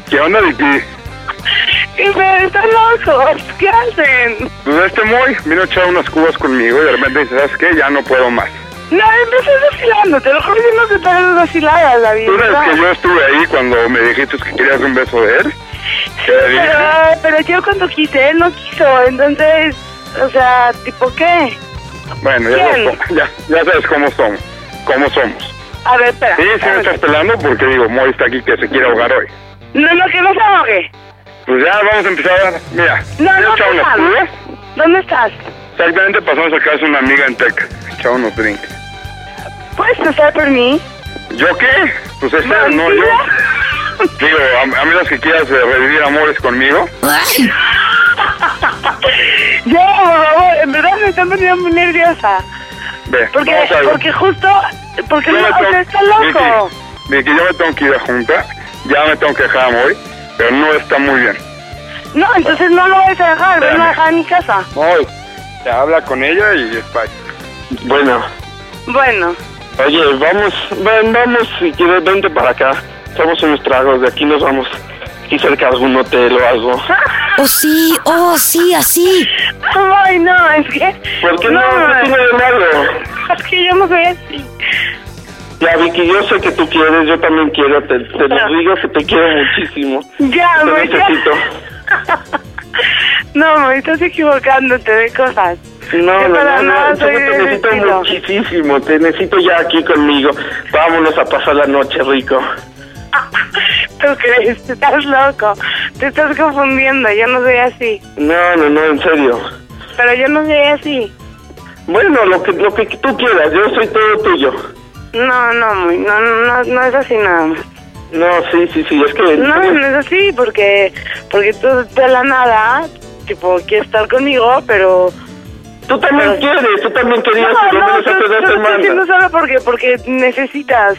¿Qué onda de ti?
Y me están locos, ¿qué hacen?
Pues este muy vino a echar unos cubos conmigo y de repente dice, ¿sabes qué? Ya no puedo más.
No, empecé vacilando, te lo juro que no te pares vaciladas, David.
¿Tú sabes que
No.
yo estuve ahí cuando me dijiste que querías un beso de él? Que le dije,
Pero, pero yo cuando quise, él no quiso, entonces, o sea, tipo, ¿qué?
bueno, ya
¿quién?
sabes, cómo- ya, ya sabes cómo somos. ¿Cómo somos?
A ver, espera.
Sí, sí me estás pelando porque digo, Moy está aquí que se quiere ahogar hoy.
No, no, que no se ahogue.
Pues ya vamos a empezar a dar. Mira,
No,
he
no,
echado unos
no,
cubos.
¿Dónde estás?
Exactamente pasamos a casa de una amiga en Tec. Echaba unos drinks.
¿Puedes pasar por
[laughs]
mí?
¿Yo qué? Pues este, no, yo. Digo, a, a menos que quieras eh, revivir amores conmigo.
Yo, por favor, en verdad me están poniendo muy nerviosa.
Ve,
Porque,
vamos a ver.
porque justo, porque
Yo
no,
me
o sea,
tengo-
está loco.
Vicky, Vicky, yo me tengo que ir a junta, ya me tengo que dejar hoy, pero no está muy bien.
No, entonces no lo vas a dejar, no lo vas a dejar en mi casa.
Hoy, te habla con ella y es pa-
Bueno,
Bueno,
oye, vamos, ven, vamos, si quieres, vente para acá. Somos unos tragos, de aquí nos vamos. Aquí cerca de algún hotel o algo.
Oh, sí, oh, sí, así.
Ay, no, es que...
¿Por qué no? ¿Qué tiene de malo?
es que yo no soy así.
Ya, Vicky, yo sé que tú quieres, yo también quiero, te, te lo digo que te quiero muchísimo.
Ah,
Ya,
te
güey, ya.
necesito.
No, me estás equivocándote de cosas.
No,
Yo
no,
para
no,
nada
no, yo
soy
te
de
necesito
estilo.
muchísimo, te necesito ya aquí conmigo. Vámonos a pasar la noche, rico.
¿Tú crees? Estás loco. Te estás confundiendo. Yo no soy así.
No, no, no, en serio.
Pero yo no soy así.
Bueno, lo que, lo que tú quieras, yo soy todo tuyo.
No, no, muy, no, no, no, no es así nada más.
No, sí, sí, sí, es que...
No, no es así, porque, porque tú de la nada, tipo, quieres estar conmigo, pero...
Tú también
pero-
quieres, tú también querías, por lo
No, no,
menos
tú,
hace
tú
dos
lo estás
semanas.
haciendo solo porque, porque necesitas,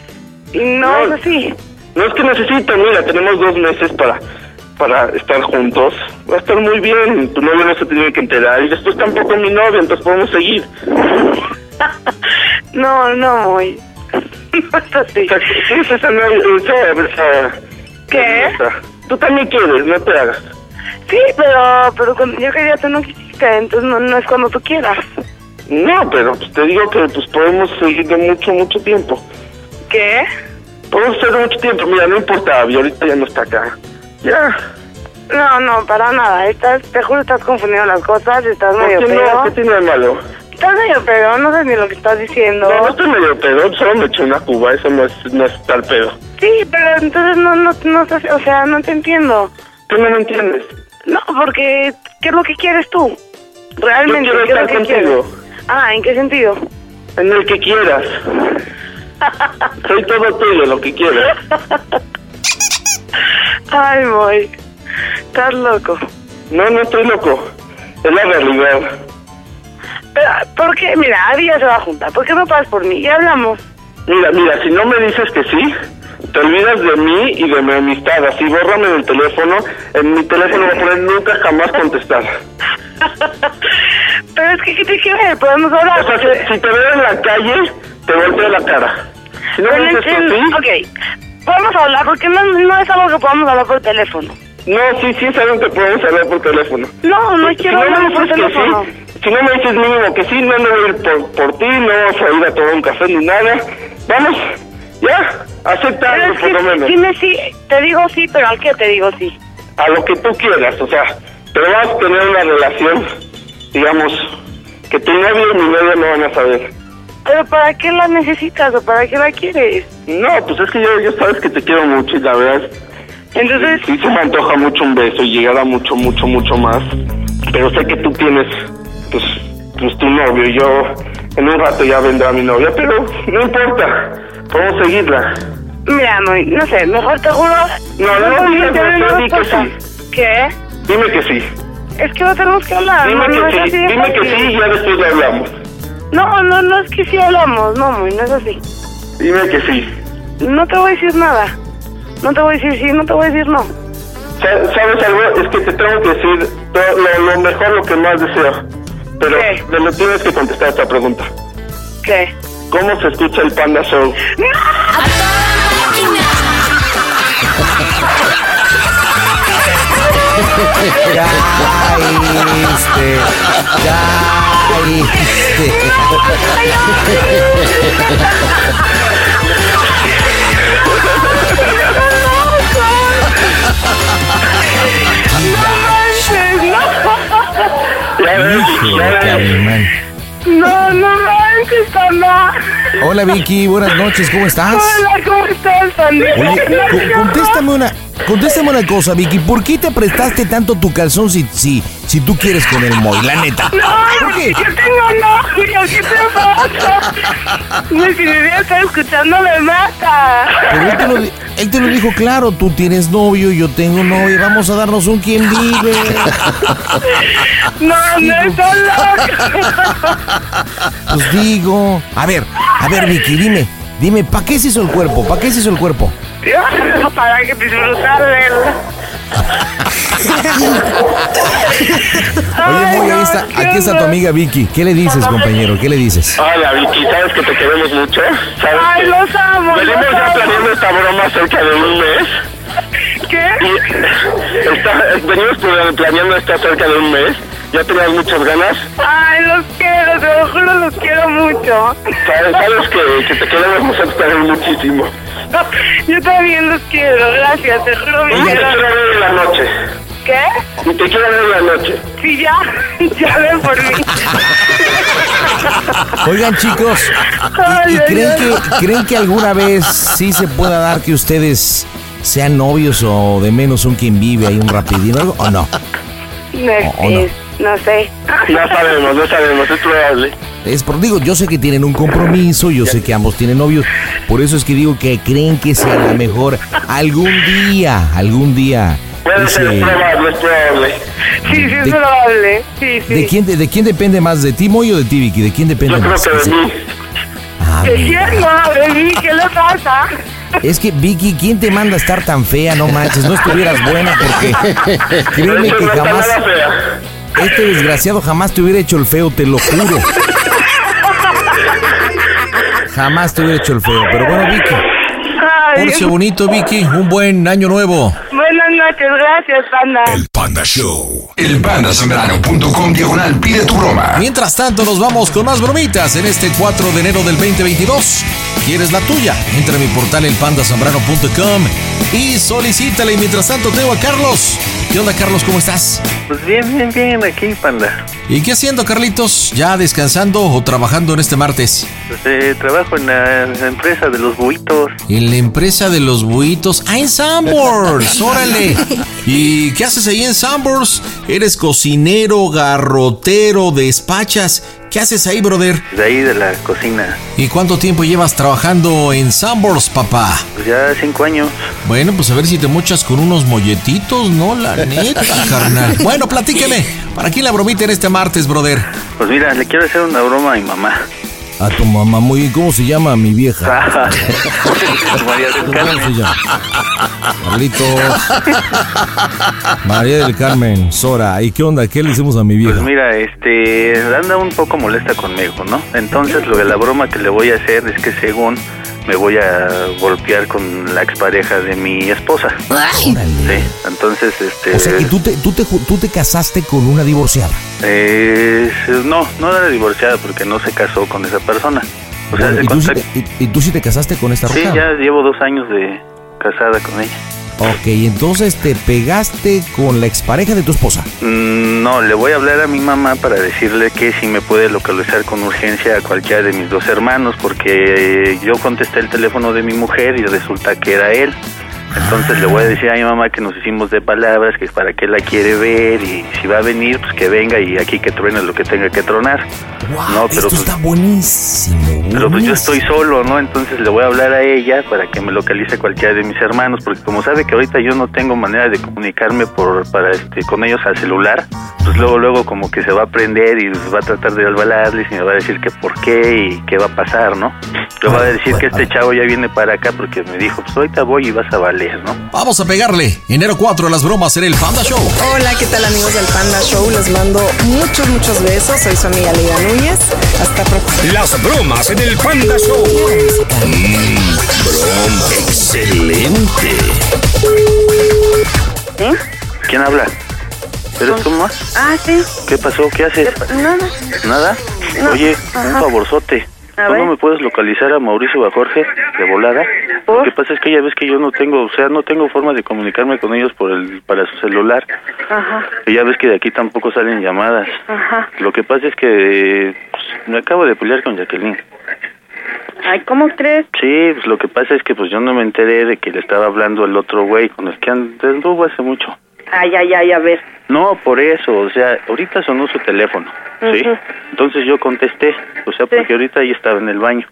y no,
No.
es así.
No es que necesita, mira, tenemos dos meses para para estar juntos. Va a estar muy bien, tu novio no se tiene que enterar y después tampoco mi novia, entonces podemos seguir.
No, no, muy. [laughs] No es así.
Sí,
pues,
sí, esa no- esa- esa-
¿Qué?
esa. Eh, Tú también quieres, no te hagas.
Sí, pero, pero cuando yo quería tú no quisiste, entonces no, no es cuando tú quieras.
No, pero pues, te digo que pues podemos seguir de mucho, mucho tiempo.
¿Qué?
Podemos ser de mucho tiempo, mira, no importa, Abby, ahorita ya no está acá. Ya.
No, no, para nada. Estás, te juro, estás confundiendo las cosas, estás
¿Por
medio
qué no?
pedo.
¿Qué tiene de malo?
Estás medio pedo, no sé ni lo que estás diciendo.
No, no estoy medio pedo, solo me eché una cuba, eso no es, no es tal pedo.
Sí, pero entonces no, no, no, sé, o sea, no te entiendo.
¿Tú no me entiendes?
No, porque, ¿qué es lo que quieres tú? Realmente,
Yo quiero
¿qué es lo
estar
que
contigo.
quieres? Ah, ¿en qué sentido?
En el que quieras. Soy todo tuyo, lo que quieras.
Ay, voy. Estás loco.
No, no estoy loco. Es la realidad.
Pero, ¿por qué? Mira, Abby ya se va a juntar. ¿Por qué no pasas por mí? Ya hablamos. [laughs]
Mira, mira, si no me dices que sí, te olvidas de mí y de mi amistad. Así, bórrame del teléfono. En mi teléfono voy a poner nunca jamás contestar.
Pero es que, ¿qué te quiere? Podemos hablar.
O sea,
porque-
si, si te veo en la calle, te volteo la cara. Si no
Pero
me dices que
entiendo-
sí...
Ok, podemos hablar porque no, no es algo que podamos hablar por teléfono.
No, sí, sí es algo que podemos hablar por teléfono.
No, no
Si- si
quiero hablar
me
por
dices que
teléfono.
sí, si no me dices mínimo que sí, no me voy a ir por, por ti, no vamos a ir a tomar un café ni nada. Vamos, ya, acepta
Pero
algo
es
por lo
que
menos.
dime sí, te digo sí, pero ¿al qué te digo sí?
A lo que tú quieras, o sea, pero vas a tener una relación, digamos, que tu novio y mi novia no van a saber.
¿Pero para qué la necesitas o para qué la quieres?
No, pues es que yo, yo sabes que te quiero mucho y la verdad.
Entonces.
Sí, se me antoja mucho un beso y llegar a mucho, mucho, mucho más. Pero sé que tú tienes, pues, pues tu novio y yo. En un rato ya vendrá mi novia, pero no importa. Podemos seguirla.
Mira, no, no sé, mejor te juro.
No, no,
sé,
digas,
te doy
no,
una
di que
respuesta. ¿Qué?
Dime que sí.
Es que no tenemos que hablar.
Dime
no, no
que
es
sí.
así de
Dime que
fácil.
sí y ya después le hablamos.
No, no, no es que sí hablamos, no, muy, no es así.
Dime que sí.
No te voy a decir nada. No te voy a decir sí, no te voy a decir no.
Sa- ¿Sabes algo? Es que te tengo que decir to- lo, lo mejor, lo que más deseo. Pero me lo tienes que contestar a esta pregunta.
¿Qué?
¿Cómo se escucha el Panda Show?
Caíste, caíste.
¿Eh?
No, no manches, Tanda.
Hola Vicky, buenas noches, ¿cómo estás?
Hola, ¿cómo estás, Tanda?
Oye, co- contéstame una, contéstame una cosa, Vicky, ¿por qué te apretaste tanto tu calzón si, si, si tú quieres con el Moy? La neta.
No, yo tengo novio, ¿qué te [laughs] pasa? Mi idea está escuchando me mata.
Pero él te, lo, di- él te lo dijo claro, tú tienes novio, yo tengo novio, vamos a darnos un quien vive.
No, no está loco.
Pues digo, a ver, a ver Vicky, dime, dime, ¿para qué se hizo el cuerpo? ¿Para qué se hizo el cuerpo?
Yo, Para que disfrutar de él.
Oye, Moy, ahí está, aquí está tu amiga Vicky. ¿Qué le dices, compañero? ¿Qué le dices?
Hola Vicky, sabes que te queremos mucho. ¿Sabes
Ay,
que
los amo,
Venimos
los
ya
amo.
planeando esta broma cerca de un mes.
¿Qué?
Y está- venimos pl- planeando esta cerca de un mes. Ya tenías muchas ganas.
Ay, los quiero, te lo juro, los quiero mucho.
Sabes, sabes que, que te queremos nosotros también muchísimo.
[laughs] Yo también los quiero, gracias, te juro. mi
Y te
vida.
quiero ver en la noche.
¿Qué?
Y te quiero ver en la noche.
Sí, ya, [laughs] ya ven por mí.
Oigan, chicos, ¿y, y creen, que, creen que alguna vez sí se pueda dar que ustedes sean novios o de menos un quien vive ahí un rapidito algo, o no?
No,
¿O no?
es- eh, no sé.
No sabemos, no sabemos, es probable.
Es por, digo, yo sé que tienen un compromiso, yo sé que ambos tienen novios, por eso es que digo que creen que sea la mejor algún día, algún día.
Puede
ese-
ser, es probable, es probable.
Sí, sí, es
¿De-
probable. Sí, sí.
¿De quién, de, de quién depende más? ¿De ti, Moy o de ti, Vicky? ¿De quién depende
Yo creo
más? Ah,
que de mí.
¿De quién? No, de mí, ¿qué le pasa?
Es que, Vicky, ¿quién te manda a estar tan fea? No manches, no estuvieras buena
[laughs]
porque créeme que jamás... Este desgraciado jamás te hubiera hecho el feo, te lo
[laughs]
juro. Jamás te hubiera hecho el feo, pero bueno, Vicky.
Ay,
Pórtese bonito, Vicky. Un buen año nuevo.
Buenas noches, gracias, panda.
Panda Show. El pandasambrano.com diagonal pide tu broma.
Mientras tanto, nos vamos con más bromitas en este 4 de enero del 2022. ¿Quieres la tuya? Entra a mi portal elpandasambrano.com y solicítala. Y mientras tanto, tengo a Carlos. ¿Qué onda, Carlos? ¿Cómo estás?
Pues bien, bien, bien, aquí, panda.
¿Y qué haciendo, Carlitos? ¿Ya descansando o trabajando en este martes?
Pues, eh, trabajo en la, en la empresa de los buitos.
En la empresa de los buitos. ¡Ah, en Sanborns! ¡Órale! ¿Y qué haces ahí en Sanborns? Eres cocinero, garrotero, despachas. ¿Qué haces ahí, brother?
De ahí, de la cocina.
¿Y cuánto tiempo llevas trabajando en Sanborns, papá?
Pues ya cinco años.
Bueno, pues a ver si te mochas con unos molletitos, ¿no?
[laughs]
La neta, carnal. Bueno, platíqueme. ¿Para quién la bromita en este martes, brother?
Pues mira, le quiero hacer una broma a
[laughs]
mi mamá.
A tu mamá, muy bien, ¿cómo se llama mi vieja?
[laughs] María del
¿Cómo se
Carmen.
llama? Carlitos. María del Carmen, Sora. ¿Y qué onda? ¿Qué le hicimos a mi
Pues
vieja?
mira, este, anda un poco molesta conmigo, ¿no? Entonces, lo de la broma que le voy a hacer es que según me voy a golpear con la expareja de mi esposa. Sí, entonces, este...
O sea que tú te, tú, te, ju- tú te casaste con una divorciada.
Eh, no, no era divorciada porque no se casó con esa persona. O sea,
Bueno,
se
y, tú sí
cuenta
te, y- y tú sí te casaste con esta
Sí,
ruca.
ya llevo dos años de casada con ella.
Ok, entonces te pegaste con la expareja de tu esposa.
Mm, No, le voy a hablar a mi mamá para decirle que si me puede localizar con urgencia a cualquiera de mis dos hermanos, porque eh, yo contesté el teléfono de mi mujer y resulta que era él. Entonces le voy a decir a mi mamá que nos hicimos de palabras, que para qué la quiere ver y si va a venir, pues que venga y aquí que truene lo que tenga que tronar. no, pero
Esto
pues,
está buenísimo.
Pero pues yo estoy solo, ¿no? Entonces le voy a hablar a ella para que me localice cualquiera de mis hermanos, porque como sabe que ahorita yo no tengo manera de comunicarme por para este con ellos al celular, pues luego luego como que se va a prender y va a tratar de albalarles y me va a decir que por qué y qué va a pasar, ¿no? Le va a decir que este chavo ya viene para acá porque me dijo, pues ahorita voy y vas a valer, ¿no?
Vamos a pegarle. Enero 4, las bromas en el Panda Show.
Hola, ¿qué tal amigos del Panda Show? Les mando muchos, muchos besos. Soy su amiga Lidia Núñez. Hasta pronto.
Las bromas en el Panda Show. Mm, broma. Excelente.
¿Quién habla? ¿Eres tú más?
Ah, sí.
¿Qué pasó? ¿Qué haces?
No, no.
¿Nada?
No.
Oye, un
Ajá.
favorzote.
A
¿Tú
ver.
no me puedes localizar a Mauricio o a Jorge de volada? Lo que pasa es que ya ves que yo no tengo, o sea, no tengo forma de comunicarme con ellos por el, para su celular.
Ajá,
Y ya ves que de aquí tampoco salen llamadas.
ajá.
Lo que pasa es que pues, me acabo de pelear con Jacqueline.
Ay, ¿cómo crees?
Sí, pues lo que pasa es que pues yo no me enteré de que le estaba hablando el otro güey con el que and- anduvo hace mucho.
Ay, ay, ay, a ver.
No, por eso, o sea, ahorita sonó su teléfono, ¿sí?
Ujú.
Entonces yo contesté, o sea, porque ahorita ahí estaba en el baño.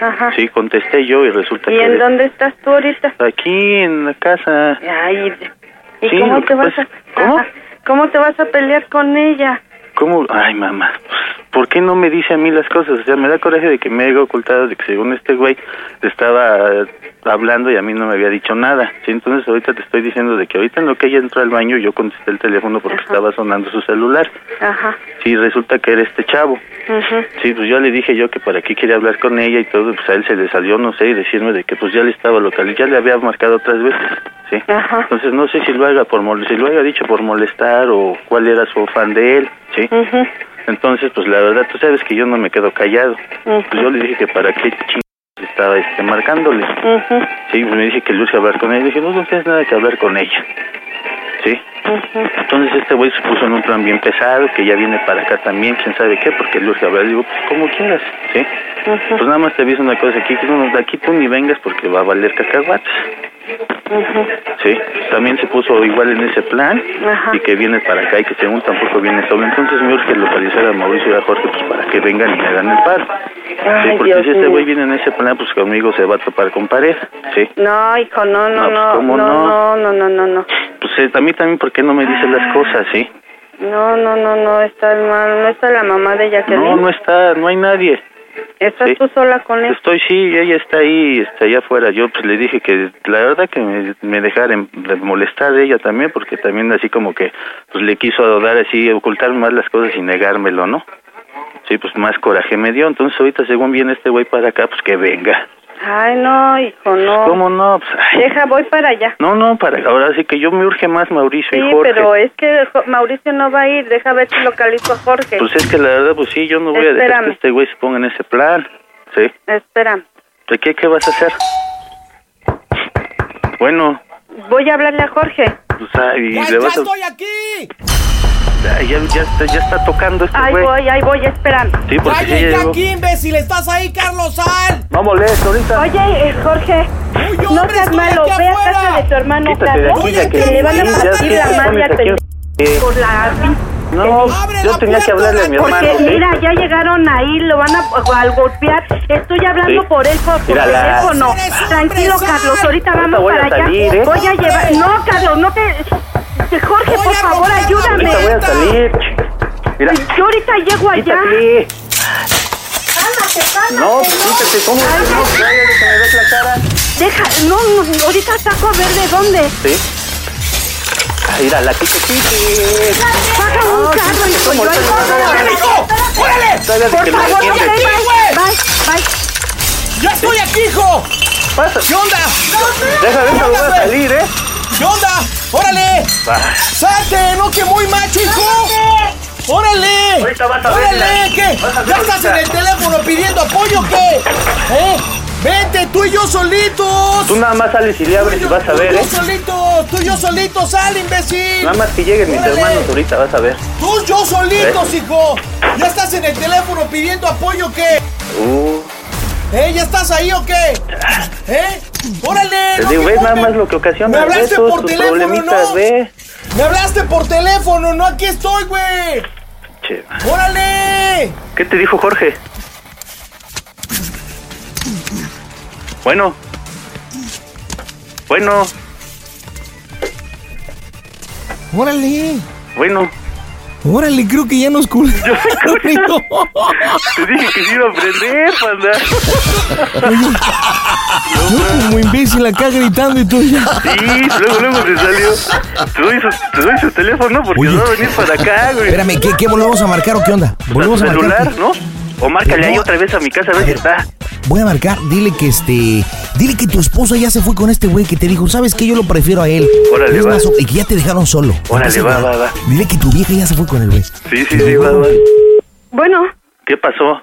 Ajá.
Sí, contesté yo y resulta
Ah. ¿Y
que...
en dónde estás tú ahorita?
Aquí en la casa.
Ay, ¿y
Sí,
cómo
lo
te
que
vas a...
pasa- ¿Cómo?
Ajá. ¿Cómo te vas a pelear con ella?
¿Cómo? Ay, mamá. ¿Por qué no me dice a mí las cosas? O sea, me da coraje de que me haya ocultado de que según este güey le estaba eh, hablando y a mí no me había dicho nada. Sí, entonces ahorita te estoy diciendo de que ahorita en lo que ella entró al baño yo contesté el teléfono porque estaba sonando su celular.
Ajá.
Sí, resulta que era este chavo.
ujú.
Sí, pues yo le dije yo que para qué quería hablar con ella y todo, pues a él se le salió, no sé, y decirme de que pues ya le estaba local, ya le había marcado otras veces, ¿sí? Entonces no sé si lo haga por mol- si lo haya dicho por molestar o cuál era su afán de él, ¿sí? Entonces, pues la verdad, tú sabes que yo no me quedo callado. Pues yo le dije que para qué chingados estaba este, marcándole. Sí, pues me dije que Luz que hablar con ella. Le dije, no, no tienes nada que hablar con ella. Sí. Entonces este güey se puso en un plan bien pesado, que ya viene para acá también, quién sabe qué, porque Luz que hablar. Le digo, pues como quieras, ¿sí? Pues nada más te aviso una cosa aquí, que no, de aquí tú ni vengas porque va a valer cacahuates. Sí, también se puso igual en ese plan y que viene para acá y que según tampoco viene solo. Entonces me urge localizar a Mauricio y a Jorge pues para que vengan y me hagan el paro. Sí,
Ay,
porque
Dios
si este
mío.
güey viene en ese plan, pues conmigo se va a topar con pared. Sí.
No, hijo, no,
No,
no,
pues,
no,
¿cómo
no, no,
no?
no, no, no, no,
Pues eh, a mí también, ¿por qué no me dice las cosas? Sí.
no, no, no, no, está mal, no está la mamá de Jacqueline.
No, no está, no hay nadie.
Estás
sí.
tú sola con él.
Estoy, sí, ella está ahí, está allá afuera. Yo pues le dije que la verdad que me, me dejara en- de molestar de ella también, porque también así como que pues le quiso dar así, ocultar más las cosas y negármelo, ¿no? Sí, pues más coraje me dio. Entonces ahorita según viene este güey para acá, pues que venga.
Ay, no, hijo, no.
¿Cómo no? Pues, ay.
Deja, voy para allá.
No, no, para ahora sí que yo me urge más Mauricio
Sí,
y Jorge.
pero es que Jo- Mauricio no va a ir, deja ver si localizo a Jorge.
Pues es que la verdad, pues sí, yo no voy a dejar que
Espérame.
este güey se ponga en ese plan. Sí.
Espera,
¿De qué, qué vas a hacer? Bueno,
voy a hablarle a Jorge.
pues ay, le vas a...
aquí!
Ay, ya, ya está, ya está tocando este
Ahí
güey.
voy, ahí voy, espera.
Sí, porque ya llegó.
imbécil! ¡Estás ahí, Carlos Sal!
No molesto, ahorita.
Oye, eh, Jorge, no seas malo, ve a casa de tu hermano
Quítate de
Carlos,
aquí, ya que-
que le van a
ya
partir
que
la
te
madre
pones
a
aquí,
pendejo
eh,
por la
No, yo tenía que hablarle a mi hermano.
Porque
¿sí?
mira, ya llegaron ahí, lo van a, al golpear. Estoy hablando
Sí.
por él por, por
Mira, la-
teléfono. Tranquilo, Carlos, ahorita vamos
voy a
para allá.
salir, ¿eh?
Voy a llevar. No, Carlos, no te. eh, Jorge, por favor, ayúdame.
Ahorita voy a salir. Mira,
Yo ahorita llego allá.
Quítate. No, quítate, ¿cómo? No, cállate, que me ves la cara.
Deja, no, no, ahorita saco a ver de dónde.
Sí. Ay, Mira, la que te quites.
Baja un carro, hijo,
Pues
yo ahí
Todavía de
Por
que me
favor,
defiendes.
bye, bye, bye.
¡Yo estoy aquí, hijo!
Pues,
¿Qué onda?
Deja,
¿Qué
deja,
onda,
voy a
güey?
salir, ¿eh?
¿Qué onda? ¡Órale!
Va.
¡Salte! ¡No, que muy macho, hijo! ¡Órale!
Ahorita vas a ver,
¡Órale!
la-
¿Qué?
vas a ver
¿Ya estás
ahorita.
en el teléfono pidiendo apoyo o qué? ¿Eh? ¡Vente, tú y yo solitos!
Tú nada más sales y le abres y vas a ver,
tú y
¿eh?
yo solitos! ¡Tú y yo solitos! ¡Sal, imbécil!
Nada más que lleguen mis
Órale.
hermanos ahorita, vas a ver.
¡Tú y yo solitos,
¿Eh?
hijo! ¿Ya estás en el teléfono pidiendo apoyo o qué?
Uh,
¿Eh? ¿Ya estás ahí o qué? ¿Eh? ¡Órale!
te
no
digo,
te
ves nada
pongas!
más lo que
¿Me
ocasiona
hablaste
eso,
por
tus
teléfono,
problemitas,
no?
ve.
Me hablaste por teléfono, no aquí estoy, güey.
Che,
¡Órale!
¿Qué te dijo Jorge? Bueno. Bueno,
Órale.
bueno.
Órale, creo que ya nos
[laughs]
cularon.
[laughs]
hijo.
Te dije que sí iba a aprender, panda.
Oye, yo como imbécil acá gritando y tú ya.
Sí, luego, luego se salió. Te doy su, te doy su teléfono porque
Oye.
va a venir para acá, güey.
Espérame, ¿qué, ¿qué volvemos a marcar o qué onda? ¿Volvemos a marcar?
celular, ¿no? O márcale ahí
No.
otra vez a mi casa a ver si está.
Voy a marcar, dile que este. Dile que tu esposa ya se fue con este güey que te dijo, ¿sabes qué? Yo lo prefiero a él.
Órale,
Es
va.
más, y que ya te dejaron solo.
Órale, va, va, va.
Dile que tu vieja ya se fue con el güey.
Sí, sí, sí, va, va.
Bueno,
¿Qué pasó?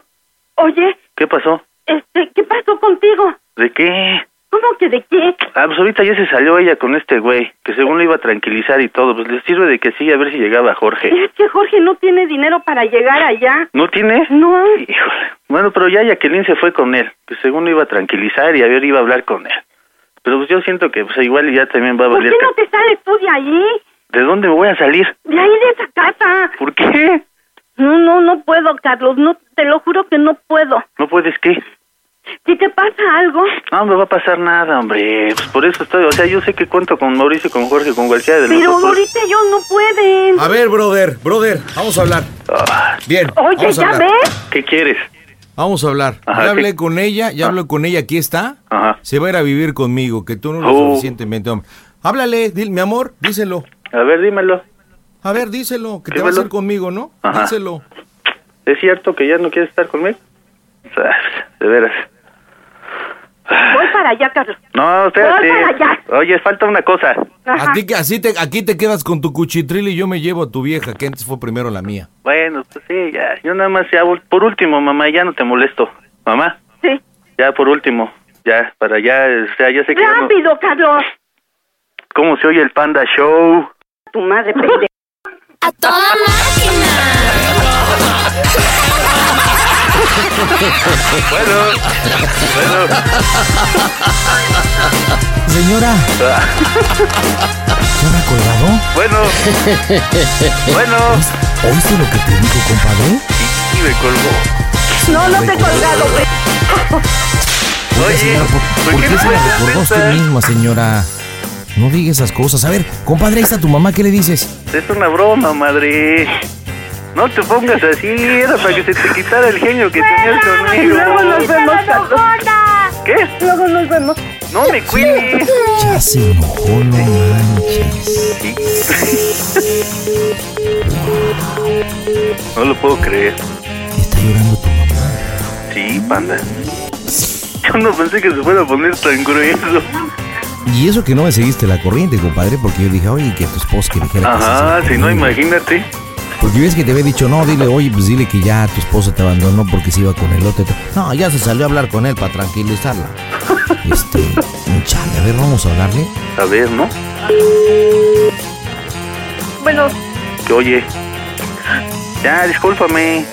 oye,
¿Qué pasó?
este, ¿qué pasó contigo?
¿De qué?
¿Cómo que de qué?
Ah, pues ahorita ya se salió ella con este güey, que según lo iba a tranquilizar y todo. Pues le sirve de que sí, a ver si llegaba Jorge.
Es que Jorge no tiene dinero para llegar allá.
¿No tiene?
No.
Híjole. Bueno, pero ya Jacqueline se fue con él, que según lo iba a tranquilizar y a ver iba a hablar con él. Pero pues yo siento que pues igual ya también va a
¿Por qué
valer.
no te sales tú de ahí?
ca- ¿De dónde voy a salir?
De ahí de esa casa.
¿Por qué?
No, no, no puedo, Carlos. No, te lo juro que no puedo.
¿No puedes qué?
Si te pasa algo,
No me va a pasar nada, hombre. Pues por eso estoy. O sea, yo sé que cuento con Mauricio, con Jorge, con cualquiera de los
pero
dos.
ahorita ellos no pueden.
A ver, brother, brother, vamos a hablar.
Ah.
Bien.
Oye,
vamos a
¿ya
hablar.
ves?
¿Qué quieres?
Vamos a hablar.
Ajá, Ah.
ya
¿qué?
hablé con ella, ya hablé con ella, aquí está. Se va a ir a vivir conmigo, que tú no lo
Oh.
suficientemente hombre. Háblale, dile, mi amor, díselo.
A ver, dímelo.
A ver, díselo, que te
Dímelo.
vas a ir conmigo, ¿no?
Ajá.
Díselo.
¿Es cierto que ya no quieres estar conmigo? O sea, De veras.
Voy para allá, Carlos.
No, espérate. Oye, falta una cosa.
Ajá.
A ti que así te, aquí te quedas con tu cuchitril y yo me llevo a tu vieja, que antes fue primero la mía.
Bueno, pues sí, ya. Yo nada más ya. vol- Por último, mamá, ya no te molesto. ¿Mamá?
Sí.
Ya, por último. Ya, para ya. O sea, ya sé que. ya no-
Rápido, Carlos.
¿Cómo se oye el Panda Show?
Tu madre, pendejo. A toda
bueno, bueno.
señora? ¿Se habrá colgado?
Bueno. bueno.
¿Oíste lo que te dijo, compadre?
Sí, me colgó.
No, no te he colgado, pe-
Oiga,
Oye,
señora, ¿por,
¿por
por
qué
qué
no
se
me
la recordó
contestas?
usted misma, señora? No diga esas cosas. A ver, compadre, ahí está tu mamá, ¿qué le dices?
Es una broma, madre. No te pongas así, era para que se te quitara el genio que tenías conmigo.
Luego nos vemos.
¿Qué?
Luego nos vemos.
No me cuides.
Ya se enojó, no manches.
No lo puedo creer.
Está llorando tu mamá.
Sí, panda. Yo no pensé que se fuera a poner tan grueso.
Y eso que no me seguiste la corriente, compadre, porque yo dije, oye, que tu esposa que dijera que
Ajá,
se-
si no, imagínate.
Porque ves que te había dicho, no, dile, oye, pues dile que ya tu esposa te abandonó porque se iba con el otro. No, ya se salió a hablar con él para
[laughs]
tranquilizarla. Este, chale, a ver, vamos a hablarle.
A ver, ¿no?
Bueno,
Que oye. Ya, discúlpame.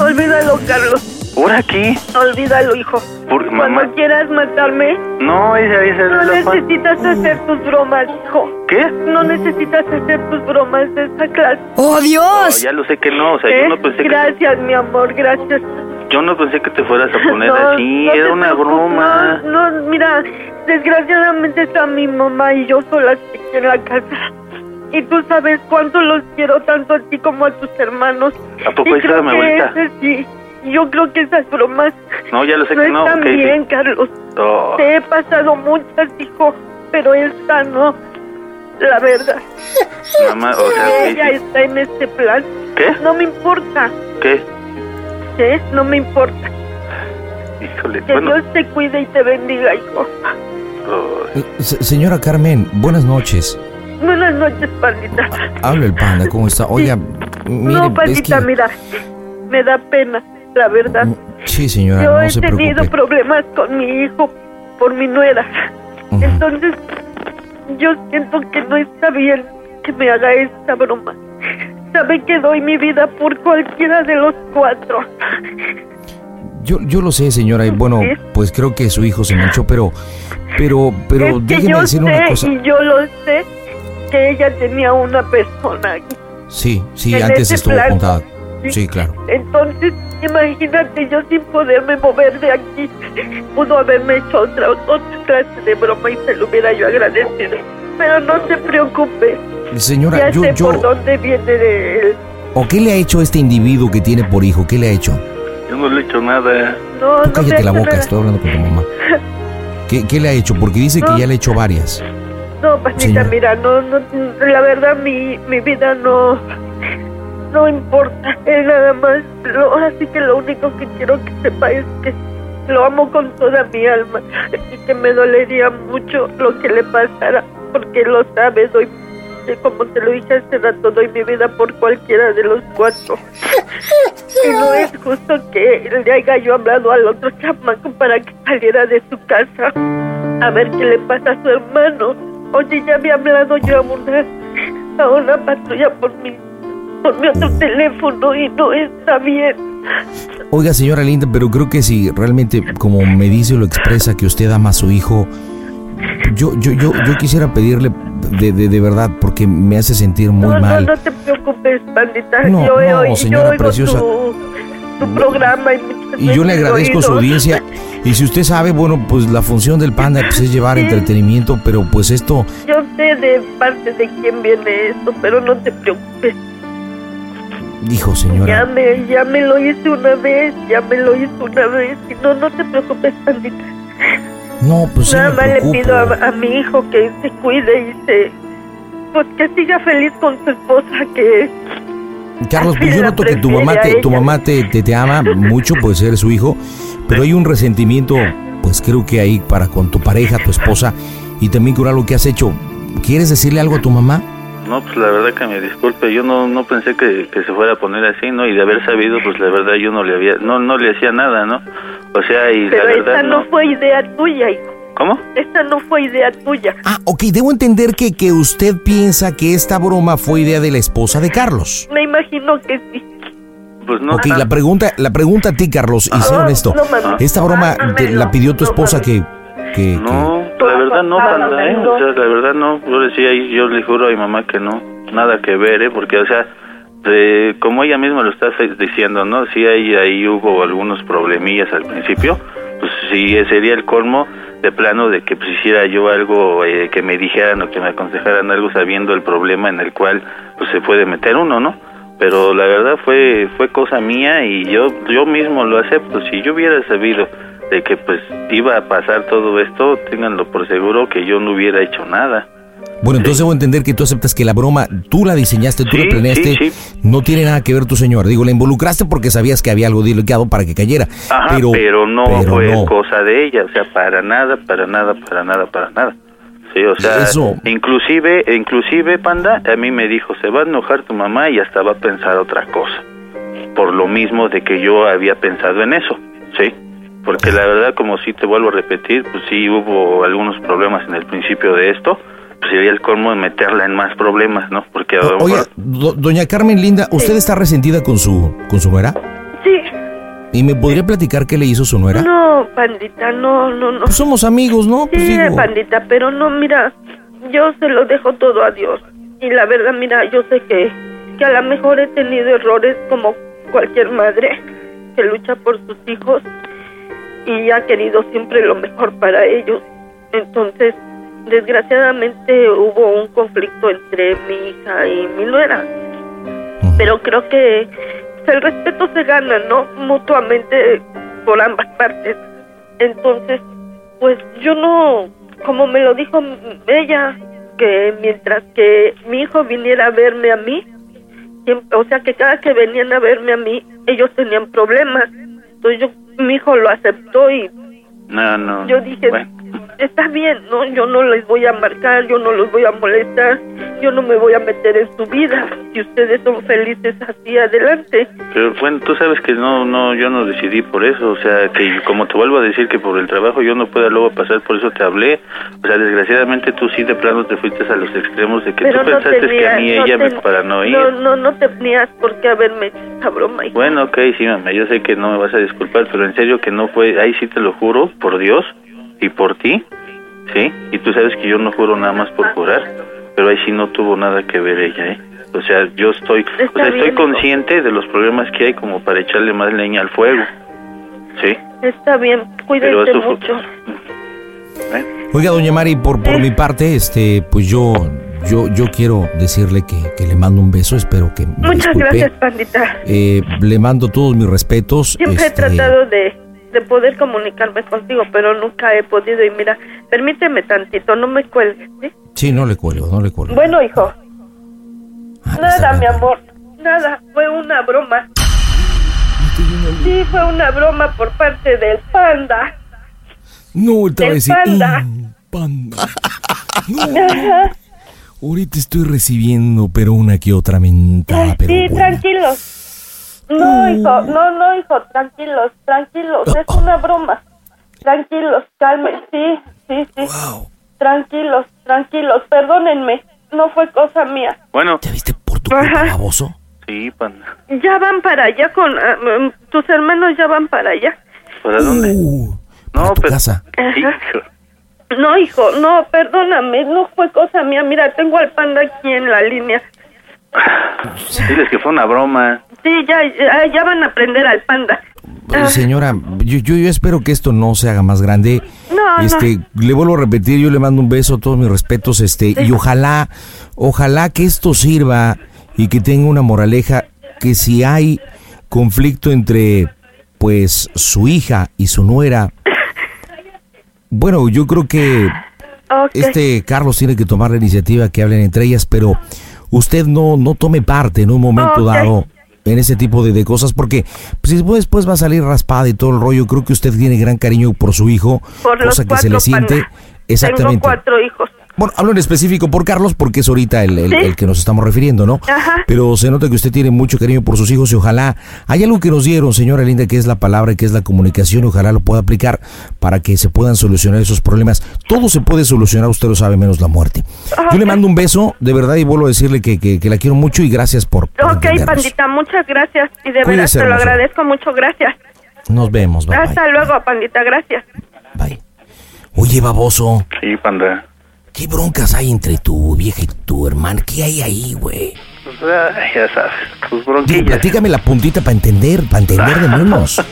olvídalo, Carlos.
¿Ahora qué?
Olvídalo, hijo.
Por
Cuando
mamá.
quieras matarme,
No, esa, esa
no
es la pa-
necesitas hacer tus bromas, hijo.
¿Qué?
No necesitas hacer tus bromas de esta clase.
¡Oh, Dios! ya lo sé que no, o sea,
¿eh?
yo no pensé que
Gracias, mi amor, gracias.
Yo no pensé que te fueras a
[laughs]
poner
No,
así,
no te
era una
preocupes,
broma.
No, no, mira, desgraciadamente está mi mamá y yo solas aquí en la casa. Y tú sabes cuánto los quiero tanto a ti como a tus hermanos.
¿A poco
Y
ahí estaba
creo
mi
que
abuelita?
ese sí. Yo creo que esas bromas
No, ya lo sé
no
que no.
están
ok, sí.
bien, Carlos.
Oh,
Te he pasado muchas, hijo, pero esta no. La verdad.
mamá, o sea, ok,
ella
sí.
está en este plan.
¿Qué?
No me importa,
¿qué?
¿eh? No me
[laughs]
importa.
Híjole,
Que
bueno.
Dios te cuide y te bendiga, hijo.
oh,
Eh, se- señora Carmen, buenas noches.
Buenas noches, pandita.
Habla el panda, ¿cómo está? Oiga, mire,
no,
Ah,
pues,
es
pandita,
que...
mira, me da pena, la verdad.
Sí, señora,
Yo
no
he
se
tenido
preocupe.
problemas con mi hijo por mi nuera. Entonces, yo siento que no está bien que me haga esta broma. Sabe que doy mi vida por cualquiera de los cuatro.
Yo, yo lo sé, señora, y bueno,
Sí.
pues creo que su hijo se manchó, pero... Pero, pero
Es que
déjeme
yo
decirle
sé
una cosa.
y yo lo sé que ella tenía una persona.
Sí, sí,
en
antes
ese
estuvo
plan,
juntada.
¿sí?
Sí, claro.
Entonces, imagínate, yo sin poderme mover de aquí, [laughs] pudo haberme hecho otra, otra clase de broma y se lo hubiera yo agradecido. Pero no se preocupe,
Señora,
ya
yo,
sé
yo,
por dónde viene él.
¿o qué le ha hecho este individuo que tiene por hijo? ¿Qué le ha hecho?
yo no le he hecho nada.
No, no
Tú
me
cállate la
hace
boca,
nada.
estoy hablando con tu mamá.
[laughs]
¿Qué, qué le ha hecho? Porque dice que ya le ha hecho varias.
No, Panita,
Señora.
mira, no, no, la verdad mi, mi vida no, no importa, es nada más, lo, así que lo único que quiero que sepa es que lo amo con toda mi alma y que me dolería mucho lo que le pasara, porque lo sabes, doy, eh, como te lo dije hace rato, doy mi vida por cualquiera de los cuatro. Y no es justo que le haya yo hablado al otro chamaco para que saliera de su casa a ver qué le pasa a su hermano. Oye, ya había hablado yo a una, a una patrulla por mi, por mi otro teléfono y no está bien.
Oiga, señora linda, pero creo que si realmente, como me dice o lo expresa, que usted ama a su hijo, yo, yo, yo, yo quisiera pedirle de, de, de verdad, porque me hace sentir muy
no,
mal.
no, no te preocupes, pandita.
No,
yo, he
no,
oído- yo
señora
oigo
preciosa. Mm.
Tu, tu programa y muchas
Y yo le
veces lo he
agradezco su
oído.
audiencia. Y si usted sabe, bueno, pues la función del panda pues, es llevar
Sí.
entretenimiento, pero pues esto,
Yo sé de parte de quién viene esto, pero no te preocupes.
dijo señora,
Ya me, ya me lo hice una vez, ya me lo hice una vez. Y no, no te preocupes, pandita.
no, pues sí
Nada
me
más le
preocupo.
pido a, a mi hijo que se cuide y se. Pues que siga feliz con su esposa, que.
Carlos, pues
Así
yo
la
noto que tu
prefiere
mamá
a
te, tu
ella.
mamá te, te, te ama mucho, pues eres su hijo, pero hay un resentimiento, pues creo que ahí para con tu pareja, tu esposa, y también con algo que has hecho. ¿Quieres decirle algo a tu mamá?
No, pues la verdad que me disculpe, yo no, no pensé que, que se fuera a poner así, ¿no? Y de haber sabido, pues la verdad yo no le había, no, no le hacía nada, ¿no? O sea, y
Pero
la
esta
verdad
no.
no.
fue idea tuya, hijo.
¿Cómo?
Esta no fue idea tuya.
Ah, ok, debo entender que, que usted piensa que esta broma fue idea de la esposa de Carlos.
Me imagino que sí.
Pues no.
Ok, la pregunta, la pregunta a ti, Carlos, y sé
Ah, No,
honesto.
no, mami.
Esta broma te la pidió tu esposa que, que, que-
No, la verdad no, panda, ¿eh? O sea, la verdad no. Yo le decía, y yo le juro a mi mamá que no. Nada que ver, ¿eh? Porque, o sea, de- como ella misma lo está fe- diciendo, ¿no? Sí, ahí, ahí hubo algunos problemillas al principio. Pues sí, sería el colmo de plano de que pues, hiciera yo algo eh, que me dijeran o que me aconsejaran algo sabiendo el problema en el cual pues se puede meter uno, ¿no? Pero la verdad fue fue cosa mía y yo yo mismo lo acepto. Si yo hubiera sabido de que pues iba a pasar todo esto, ténganlo por seguro que yo no hubiera hecho nada.
Bueno, entonces debo entender que tú aceptas que la broma tú la diseñaste, tú la planeaste,
sí,
no tiene nada que ver tu señor. Digo, la involucraste porque sabías que había algo delicado para que cayera.
Ajá,
pero,
pero, no
pero
fue
no.
cosa de ella, o sea, para nada, para nada, para nada, para nada. Sí, o sea,
Eso.
inclusive, inclusive, Panda, a mí me dijo, se va a enojar tu mamá y hasta va a pensar otra cosa. Por lo mismo de que yo había pensado en eso, ¿sí? Porque la verdad, como sí te vuelvo a repetir, pues sí hubo algunos problemas en el principio de esto, pues sería el colmo de meterla en más problemas, ¿no? Porque a lo
Oye,
mejor-
do- doña Carmen Linda, ¿usted está resentida con su con su nuera?
Sí,
¿Y me podría platicar qué le hizo su nuera?
no, pandita, no, no, no.
Pues somos amigos, ¿no? Pues
Sí,
digo.
pandita, pero no, mira, yo se lo dejo todo a Dios. Y la verdad, mira, yo sé que, que a lo mejor he tenido errores como cualquier madre que lucha por sus hijos y ha querido siempre lo mejor para ellos. Entonces, desgraciadamente hubo un conflicto entre mi hija y mi nuera. Pero creo que pues, el respeto se gana, ¿no? Mutuamente por ambas partes. Entonces, pues yo no, como me lo dijo m- ella, que mientras que mi hijo viniera a verme a mí, siem- o sea que cada que venían a verme a mí, ellos tenían problemas. Entonces yo, mi hijo lo aceptó y
No, no.
yo dije,
bueno.
está bien, no, yo no les voy a marcar, yo no los voy a molestar, yo no me voy a meter en su vida. Si ustedes son felices así, adelante.
Pero bueno, tú sabes que no, no, yo no decidí por eso, o sea, que como te vuelvo a decir que por el trabajo yo no pueda luego pasar, por eso te hablé, o sea, desgraciadamente tú sí de plano te fuiste a los extremos de que
Pero
tú
no
pensaste que a
tenías-
mí
no
ella me
ten-
paranoía.
No, no, no tenías por qué haberme hecho esa broma. hija.
Bueno, ok, sí, mamá, yo sé que no me vas a disculpar, pero en serio que no fue, ahí sí te lo juro, por Dios y por ti, ¿sí? Y tú sabes que yo no juro nada más por jurar, pero ahí sí no tuvo nada que ver ella, ¿eh? O sea, yo estoy, o sea,
bien,
estoy
hijo.
consciente de los problemas que hay como para echarle más leña al fuego, ¿sí?
Está bien,
Pero
cuídense
eso fue-
mucho.
Oiga, doña Mari, por,
Eh.
por mi parte, este, pues yo, yo, yo quiero decirle que, que le mando un beso, espero que me
Muchas
disculpe.
gracias, pandita.
Eh, le mando todos mis respetos.
Siempre he
este,
tratado de, de poder comunicarme contigo, pero nunca he podido. Y mira, permíteme tantito, no me cuelgues, ¿sí?
Sí, no le cuelgo, no le cuelgo.
Bueno, hijo.
Ah,
Nada, mi amor. Nada, fue una broma. Sí, fue una broma por parte del panda.
No, otra
Del
vez. sí.
panda.
Mm, panda.
Ah,
No,
Ajá.
ahorita estoy recibiendo, pero una que otra mentada, pero
Sí,
bueno.
tranquilos. No, hijo, no, no, hijo, tranquilos, tranquilos. Es una broma. Tranquilos, calmen, sí, sí, sí. Tranquilos, tranquilos, perdónenme. No fue cosa mía.
Bueno.
¿Te viste por
tu culpa, Ajá.
baboso?
Sí,
pues,
panda.
Ya van para allá con... ah, mm, tus hermanos ya van para allá.
pues,
¿Para dónde? no, pero...
casa.
Hijo.
No, hijo, no, perdóname, no fue cosa mía. Mira, tengo al panda aquí en la línea.
Diles que fue una broma.
Sí, ya, ya, ya van a prender al panda. Ah.
Eh, Señora, yo, yo, yo espero que esto no se haga más grande.
No,
este, le vuelvo a repetir, yo le mando un beso, todos mis respetos, este, y ojalá, ojalá que esto sirva y que tenga una moraleja que si hay conflicto entre, pues, su hija y su
[laughs]
nuera, bueno, yo creo que
Ok.
este Carlos tiene que tomar la iniciativa que hablen entre ellas, pero usted no, no tome parte en un momento
Ok.
dado en ese tipo de, de cosas, porque pues, después, después va a salir raspada y todo el rollo. Creo que usted tiene gran cariño por su hijo,
Por los
cosa que
cuatro,
se le siente.
panda. Tengo
Exactamente.
cuatro hijos.
Bueno, hablo en específico por Carlos porque es ahorita el, el-
Sí.
el que nos estamos refiriendo, ¿no?
Ajá.
Pero se nota que usted tiene mucho cariño por sus hijos y ojalá hay algo que nos dieron, señora Linda, que es la palabra y que es la comunicación, y ojalá lo pueda aplicar para que se puedan solucionar esos problemas. Todo se puede solucionar, usted lo sabe, menos la muerte. Yo le mando un beso, de verdad, y vuelvo a decirle que, que- que la quiero mucho y gracias por... por
Ok,
entendernos.
pandita, muchas gracias. Y de veras
Cuídese,
te lo
hermosa.
agradezco mucho, gracias.
Nos vemos, bye, bye.
Hasta luego, pandita, gracias. Oye, baboso.
Sí, panda.
¿Qué broncas hay entre tu vieja y tu hermana? ¿Qué hay ahí, güey?
Pues, ah, ya sabes, tus
Digo,
bronquillas.
platícame la puntita para entender, para entender
[laughs]
de menos.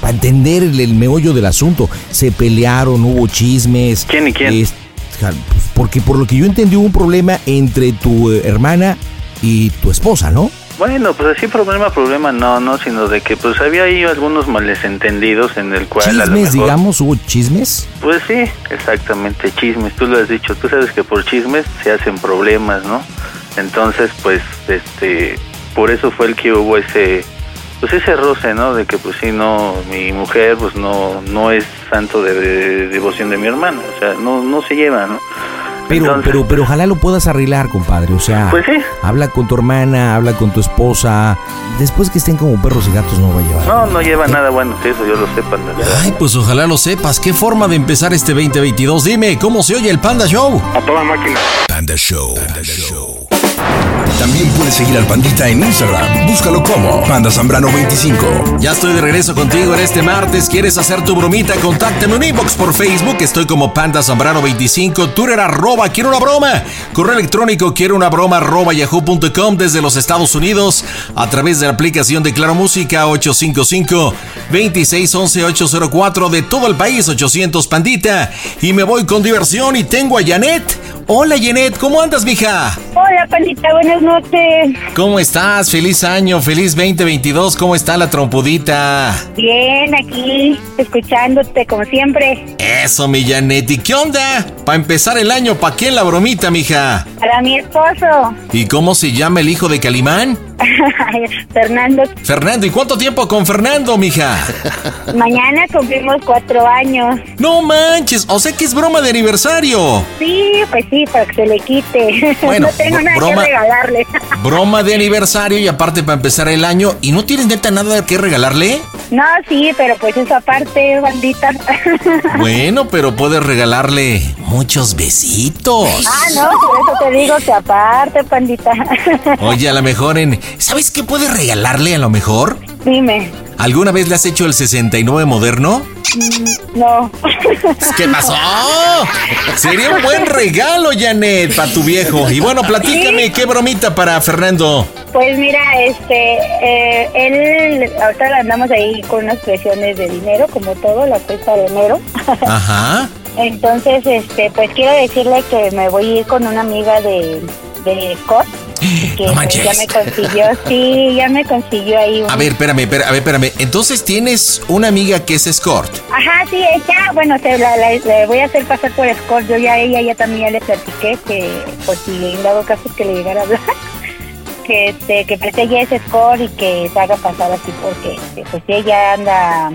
Para entender el, el meollo del asunto. Se pelearon, hubo chismes.
¿Quién y quién?
Es- ja, pues, porque por lo que yo entendí hubo un problema entre tu eh, hermana y tu esposa, ¿no?
Bueno, pues así problema, problema no, no, sino de que pues había ahí algunos malentendidos en el cual Pues, a lo
Chismes,
mejor...
digamos, hubo chismes.
Pues sí, exactamente, chismes, tú lo has dicho, tú sabes que por chismes se hacen problemas, ¿no? Entonces, pues, este, por eso fue el que hubo ese, pues ese roce, ¿no? De que, pues sí, no, mi mujer, pues no, no es santo de, de devoción de mi hermana, o sea, no, no se lleva, ¿no?
Pero, pero, pero ojalá lo puedas arreglar, compadre. O sea,
Pues sí.
habla con tu hermana, habla con tu esposa. Después que estén como perros y gatos no va a llevar.
No, no lleva nada bueno, que eso yo lo sé, panda.
Ay, pues ojalá lo sepas. ¿Qué forma de empezar este 2022? Dime, ¿cómo se oye el Panda Show?
A toda máquina.
Panda Show. Panda Show.
También puedes seguir al Pandita en Instagram. Búscalo como Panda Zambrano 25.
Ya estoy de regreso contigo en este martes. ¿Quieres hacer tu bromita? Contáctame un inbox por Facebook. Estoy como Panda Zambrano 25. Twitter arroba quiero una broma. Correo electrónico quiero una broma arroba yahoo.com desde los Estados Unidos a través de la aplicación de Claro Música 855 2611 804 de todo el país 800 Pandita. Y me voy con diversión y tengo a Janet. Hola Janet, ¿cómo andas mija?
Hola, pandita, buenas noches.
¿Cómo estás? Feliz año, feliz 2022. ¿Cómo está la trompudita?
Bien, aquí, escuchándote como siempre.
Eso, mi Janet. ¿Y qué onda? Para empezar el año, ¿pa' quién la bromita, mija?
Para mi esposo, [laughs]
¿Y cómo se llama el hijo de Calimán?
Fernando,
Fernando. ¿Y cuánto tiempo con Fernando, mija?
mañana cumplimos cuatro años.
No manches, o sea que es broma de aniversario.
Sí, pues sí, para que se le quite. [laughs]
Bueno,
no tengo
br-
nada
broma.
que regalarle.
Broma de aniversario y aparte para empezar el año. ¿Y no tienes neta nada que regalarle?
No, sí, pero pues eso aparte, bandita.
Bueno, pero puedes regalarle muchos besitos.
ah, no, por eso te digo que aparte, pandita. [laughs]
Oye, a lo mejor en... ¿Sabes qué puedes regalarle a lo mejor?
Dime.
¿Alguna vez le has hecho el 69 moderno?
Mm, No.
Pues, ¿Qué pasó? Sería un buen regalo, Janet, para tu viejo. Y bueno, platícame, ¿qué bromita para Fernando?
Pues mira, este, eh, él, ahorita andamos ahí con unas presiones de dinero, como todo, la cuesta de enero. [laughs]
Ajá.
Entonces, este, pues quiero decirle que me voy a ir con una amiga de, de
[gasps]
Scott, que
No
pues,
manches.
ya me consiguió, sí, ya me consiguió ahí un...
A ver, espérame, espérame, a ver, espérame. Entonces tienes una amiga que es escort.
Ajá, sí, ella, bueno, se la, la- le voy a hacer pasar por Scott, yo ya a ella ya también ya le platiqué que, por si en dado caso que le llegara a hablar, [laughs] que este, que preste ya ese Scott y que se haga pasar así porque, este, pues ella anda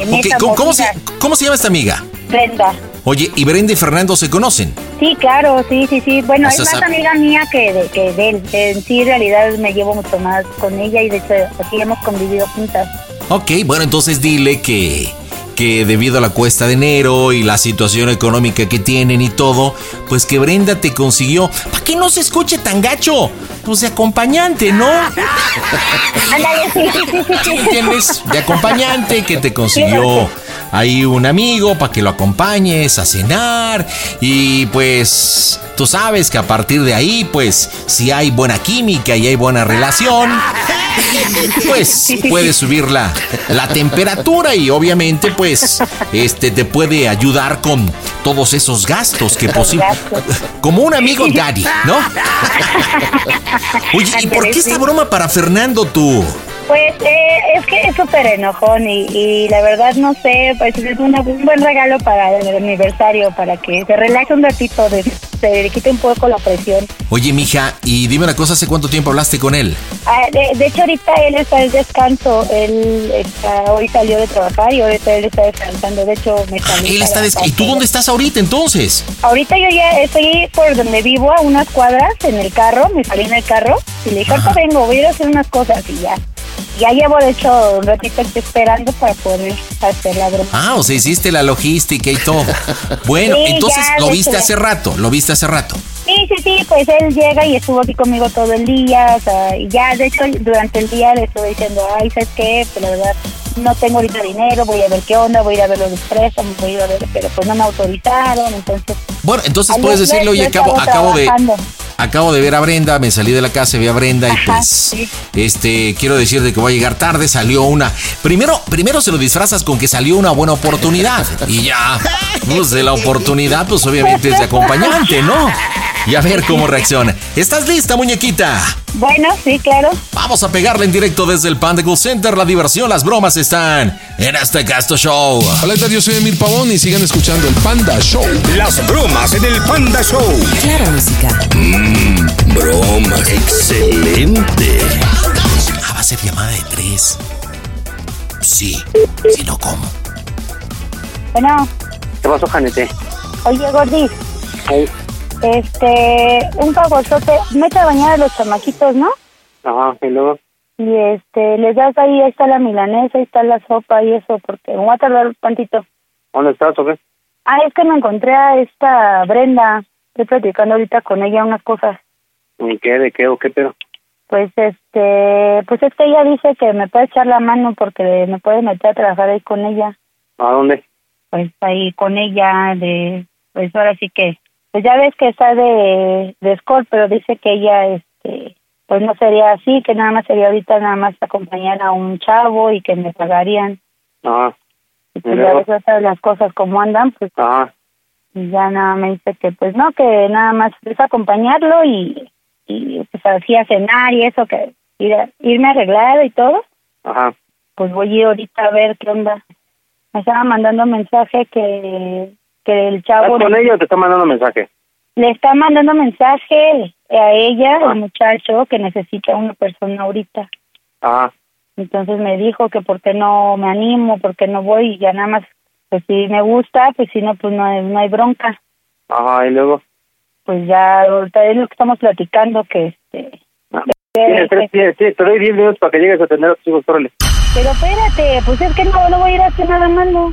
en
Ok,
esa
¿cómo, cómo se,
movida.
cómo se llama esta amiga?
Brenda.
Oye, ¿y Brenda y Fernando se conocen?
Sí, claro, sí, sí, sí. Bueno,
O
es
sea,
más
sabe-
amiga mía que de, que de él. En sí, en realidad me llevo mucho más con ella y de hecho aquí hemos convivido juntas.
Ok, bueno, entonces dile que que debido a la cuesta de enero y la situación económica que tienen y todo, pues que Brenda te consiguió. ¿Para qué no se escuche tan gacho? Pues de acompañante, ¿no?
[laughs]
Ándale, sí, sí, sí, sí, sí.
¿Entiendes? De acompañante que te consiguió ahí un amigo para que lo acompañes a cenar. Y pues tú sabes que a partir de ahí, pues si hay buena química y hay buena relación, pues puede subir la, la temperatura y obviamente pues este te puede ayudar con todos esos gastos que posible. Como un amigo daddy, ¿no? Oye, ¿y por qué esta broma para Fernando tú?
Pues eh, es que es súper enojón y, y la verdad no sé, pues es una- un buen regalo para el aniversario, para que se relaje un ratito, de- se le quite un poco la presión.
Oye, mija, y dime una cosa, ¿hace cuánto tiempo hablaste con él?
Ah, de, de hecho, ahorita él está en descanso. Él está, hoy salió de trabajar y ahorita él está descansando. De hecho, me salí
Él está
para-
des- ¿Y tú dónde estás ahorita entonces?
Ahorita yo ya estoy por donde vivo, a unas cuadras, en el carro. Me salí en el carro y le dije, ahorita vengo, voy a ir a hacer unas cosas y ya. Ya llevo, de hecho, un ratito aquí esperando para poder hacer la broma.
Ah, o sea, hiciste la logística y todo. Bueno,
Sí,
entonces
ya,
lo
de
viste
hecho,
hace
ya.
rato, lo viste hace rato.
Sí, sí, sí, pues él llega y estuvo aquí conmigo todo el día, o sea, y ya, de hecho, durante el día le estuve diciendo, ay, ¿sabes qué? Pues la verdad, no tengo ahorita dinero, voy a ver qué onda, voy a ir a ver los préstamos, voy a ir a ver, pero pues no me autorizaron, entonces...
Bueno, entonces
Al
puedes
mes,
decirle,
mes,
oye,
yo
acabo,
estaba
acabo de...
trabajando".
Acabo de ver a Brenda, me salí de la casa, vi a Brenda y pues este quiero decirte que voy a llegar tarde, salió una. Primero, primero se lo disfrazas con que salió una buena oportunidad y ya. Pues de la oportunidad, pues obviamente es de acompañante, ¿no? Y a ver cómo reacciona. ¿Estás lista, muñequita?
Bueno, sí, claro.
Vamos a pegarle en directo desde el Panda Cool Center. La diversión, las bromas están en este Casto Show.
Hola, ¿qué tal? Yo soy Emir Pavón y sigan escuchando el Panda Show.
Las bromas en el Panda Show.
Claro, música.
Mmm, broma. Excelente.
Ah, va a ser llamada de tres. Sí, si no, ¿cómo?
Bueno,
¿Qué pasó, Janete?
oye, Gordy,
Hey.
este, un favorzote, mete a bañar a los chamaquitos, ¿no?
Ajá, y luego.
Y este, les das ahí, ahí está la milanesa, ahí está la sopa y eso, porque me voy a tardar tantito.
¿Dónde estás, o qué?
Ah, es que me encontré a esta Brenda, estoy platicando ahorita con ella unas cosas.
¿Y qué? ¿De qué o qué pedo?
Pues este, pues es que ella dice que me puede echar la mano porque me puede meter a trabajar ahí con ella,
¿A dónde?
pues ahí con ella de, pues ahora sí que, pues ya ves que está de, de escort, pero dice que ella este, pues no sería así, que nada más sería ahorita nada más acompañar a un chavo y que me pagarían,
Ajá.
y
¿Y
pues ya
luego?
ves ya sabes las cosas como andan, pues
Ajá.
y ya nada me dice que pues no, que nada más es acompañarlo y, y pues así a cenar y eso, que ir a- irme arreglado y todo,
Ajá.
pues voy a ir ahorita a ver qué onda. Me estaba mandando un mensaje que, que el
¿Estás
chavo
con
le,
ella o te está mandando mensaje?
le está mandando mensaje a ella,
Ah.
al muchacho, que necesita una persona ahorita.
Ajá.
Entonces me dijo que por qué no me animo, por qué no voy y ya nada más, pues si me gusta, pues si no, pues no hay- no hay bronca.
Ajá, y luego.
pues ya ahorita es lo que estamos platicando que este
Ah. Tienes tres, tienes, tienes- te doy 10 minutos para que llegues a atender a tus hijos, órale.
pero espérate pues es que no no voy a ir a hacer nada malo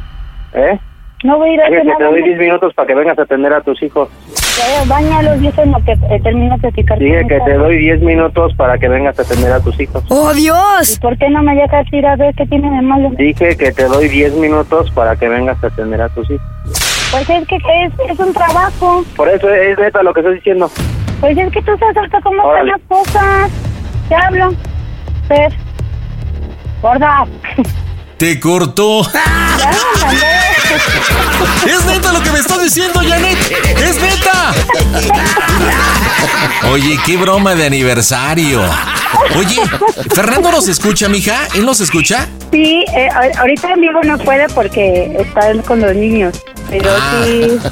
¿Eh?
no voy a ir a
Dije
hacer
que te
nada
doy
malo
10 minutos para que vengas a atender a tus hijos.
Ya, bañalos y eso es lo que eh, termino de platicar con
Dije
mi
que te
padre.
doy 10 minutos para que vengas a atender a tus hijos.
oh Dios y por qué no me dejas ir a ver qué tiene de malo
Dije que te doy 10 minutos para que vengas a atender a tus hijos.
pues es que es, es un trabajo
Por eso es neta lo que estoy diciendo.
pues es que tú sabes hasta cómo están
Órale.
las cosas te hablo Fer gorda
Te cortó.
Ya me mandé.
Es neta lo que me estás diciendo, Janet. Es neta. Oye, qué broma de aniversario. Oye, ¿Fernando nos escucha, mija? ¿Él nos escucha?
Sí, eh, ahor- ahorita en vivo no puede porque está él con los niños, pero
Ah.
sí, sí,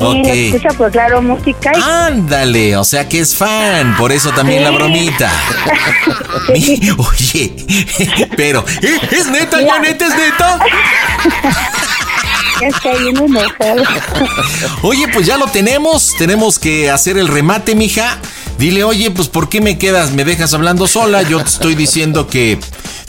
lo
Ok. Ah.
escucha por claro música y
Ándale, o sea que es fan, por eso también la
[laughs]
bromita. Mi- Oye, pero ¿eh? ¿es neta, Janet? ¿Es neta?
ya está bien enojado.
Oye, pues ya lo tenemos. Tenemos que hacer el remate, mija. Dile, oye, pues ¿por qué me quedas? ¿Me dejas hablando sola? Yo te estoy diciendo que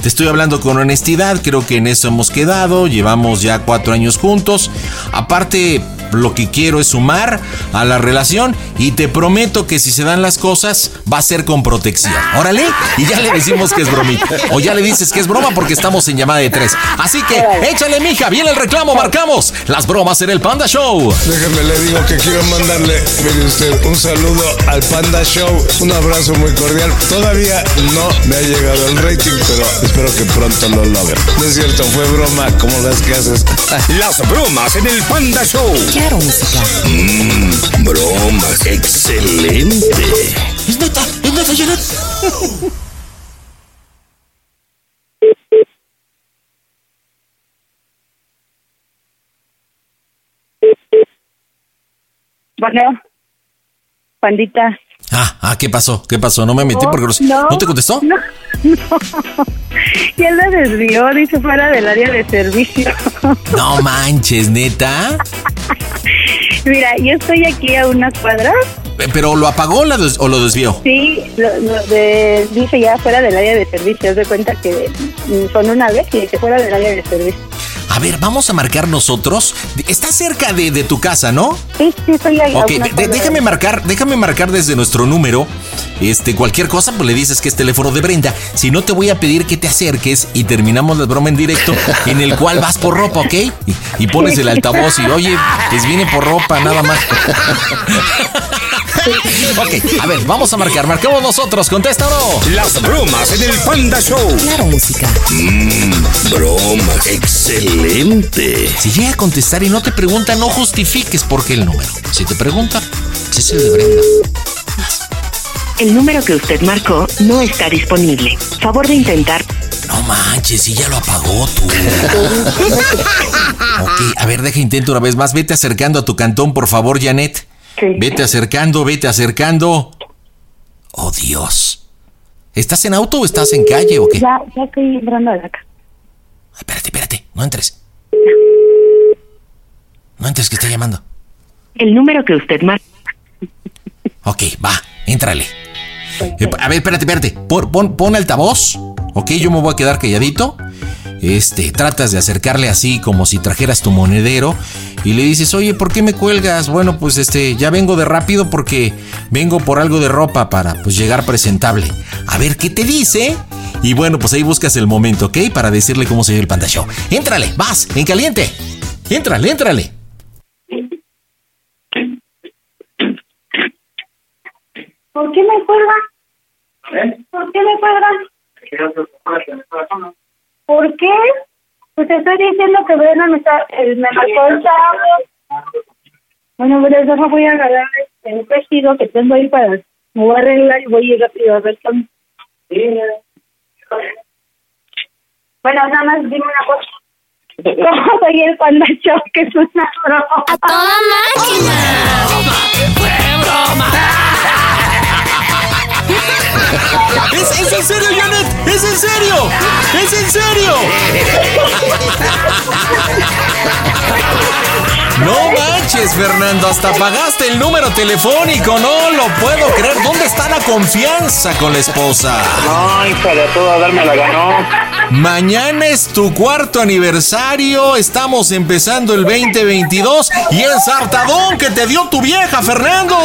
te estoy hablando con honestidad. Creo que en eso hemos quedado. Llevamos ya cuatro años juntos. Aparte, lo que quiero es sumar a la relación y te prometo que si se dan las cosas va a ser con protección. Órale, y ya le decimos que es bromita. O ya le dices que es broma porque estamos en llamada de tres. Así que échale, mija, viene el reclamo, marcamos. Las bromas en el Panda Show.
Déjame le digo que quiero mandarle, mire usted, un saludo al Panda Show, un abrazo muy cordial. Todavía no me ha llegado el rating, pero espero que pronto lo logre. No es cierto, fue broma, como las que haces.
[laughs] Las bromas en el Panda Show.
Claro, música.
Mmm, broma. Excelente.
Es neta, es neta, Janet. [laughs]
Bueno, pandita.
Ah, ah, ¿qué pasó? ¿Qué pasó? No me metí porque los-
No,
no, te contestó.
No, no. Y él la desvió, dice fuera del área de servicio. [laughs]
No manches, neta.
Mira, yo estoy aquí a unas cuadras.
Eh, Pero lo apagó la des- o lo desvió.
Sí, lo, lo de- dice ya fuera del área de servicio. Haz de cuenta que mm, son una vez y dice fuera del área de servicio.
A ver, vamos a marcar nosotros. Está cerca de, de tu casa, ¿no?
Sí, sí, estoy ahí. a
Ok,
unas
de-
cuadras.
déjame marcar, déjame marcar desde nuestro número este, cualquier cosa, pues le dices que es teléfono de Brenda. Si no, te voy a pedir que te acerques y terminamos la broma en directo, en el cual vas por ropa, ¿ok? Y, y pones el altavoz y, oye, pues viene por ropa, nada más. ok, a ver, vamos a marcar. Marcamos nosotros, contesta o
no. Las bromas en el Panda Show.
Claro, música.
Mmm, broma, excelente.
Si llega a contestar y no te pregunta, no justifiques por qué el número. Si te pregunta, pues es el de Brenda.
El número que usted marcó no está disponible. Favor de intentar.
No manches, si ya lo apagó tú. ok, a ver, deja intento una vez más. Vete acercando a tu cantón, por favor, Janet. Sí. Vete acercando, vete acercando. Oh Dios. ¿Estás en auto o estás en calle o qué?
Ya, ya estoy entrando de acá.
Ay, espérate, espérate, no entres. No entres que está llamando.
El número que usted marca.
Ok, va, éntrale. Eh, a ver, espérate, espérate. Pon, pon, pon altavoz. Ok, yo me voy a quedar calladito. Este, tratas de acercarle así como si trajeras tu monedero y le dices, oye, ¿por qué me cuelgas? Bueno, pues este, ya vengo de rápido porque vengo por algo de ropa para pues llegar presentable. A ver qué te dice. Y bueno, pues ahí buscas el momento, ¿ok? Para decirle cómo se ve el Panda Show. Éntrale, vas, en caliente. Éntrale, éntrale.
¿Por qué me cuelgas? ¿Eh? ¿Por qué me cuelgas? ¿Por qué? Pues te estoy diciendo que Brenda me, está, eh, me marcó el sábado. Bueno, pero eso me voy a agarrar el tejido que tengo ahí para... Me voy a arreglar y voy a ir rápido a ver con... Bueno, nada más dime una cosa.
[laughs]
¿Cómo soy el panda show? Que es una broma.
¡A toda máquina!
¡Fue broma!
¿Es, ¿Es, en serio, Janet? ¿Es en serio? ¿Es en serio? No manches, Fernando, hasta pagaste el número telefónico, no lo puedo creer. ¿Dónde está la confianza con la esposa?
Ay, para toda darme la ganó.
Mañana es tu cuarto aniversario, estamos empezando el 2022 y el sartadón que te dio tu vieja, Fernando.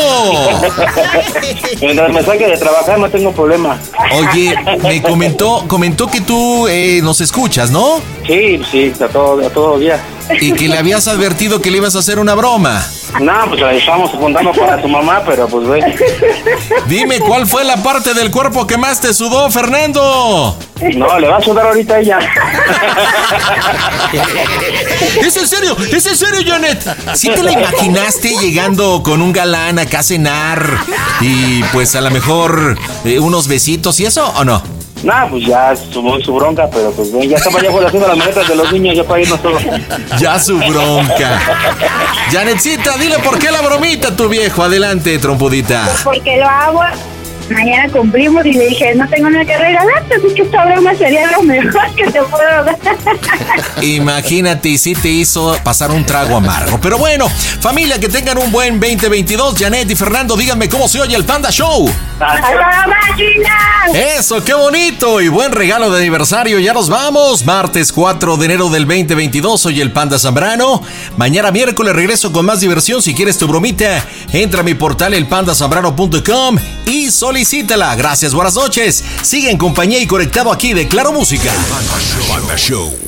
[laughs] Mientras me saque de trabajar no tengo problema.
Oye, me comentó, comentó que tú eh, nos escuchas, ¿no?
Sí, sí, a todo, a todo día.
Y que le habías advertido que le ibas a hacer una broma.
No, pues la estamos juntando para su mamá, pero pues ve. [laughs]
Dime, ¿cuál fue la parte del cuerpo que más te sudó, Fernando?
No, le va a sudar ahorita a ella.
¿Es en serio? ¿Es en serio, Janet? ¿Sí te la imaginaste llegando con un galán acá a cenar y pues a lo mejor eh, unos besitos y eso o no?
Nah, pues ya su, su bronca, pero pues ya estaba ya haciendo las maletas de los niños, ya para irnos todos.
Ya su bronca. Janetcita, dile por qué la bromita, tu viejo. Adelante, trompudita.
Pues porque lo hago. Mañana cumplimos y le dije, no tengo nada que regalarte, así que esta broma sería lo mejor que te puedo dar.
Imagínate, y sí te hizo pasar un trago amargo. Pero bueno, familia, que tengan un buen 2022. Janet y Fernando, díganme cómo se oye el Panda Show.
¡Hasta máquina!
Eso, qué bonito y buen regalo de aniversario. Ya nos vamos. Martes 4 de enero del 2022. Soy el Panda Zambrano. Mañana miércoles regreso con más diversión. Si quieres tu bromita, entra a mi portal elpandasambrano.com y solicítala. Gracias, buenas noches. Sigue en compañía y conectado aquí de Claro Música.
Panda Show. Panda Show.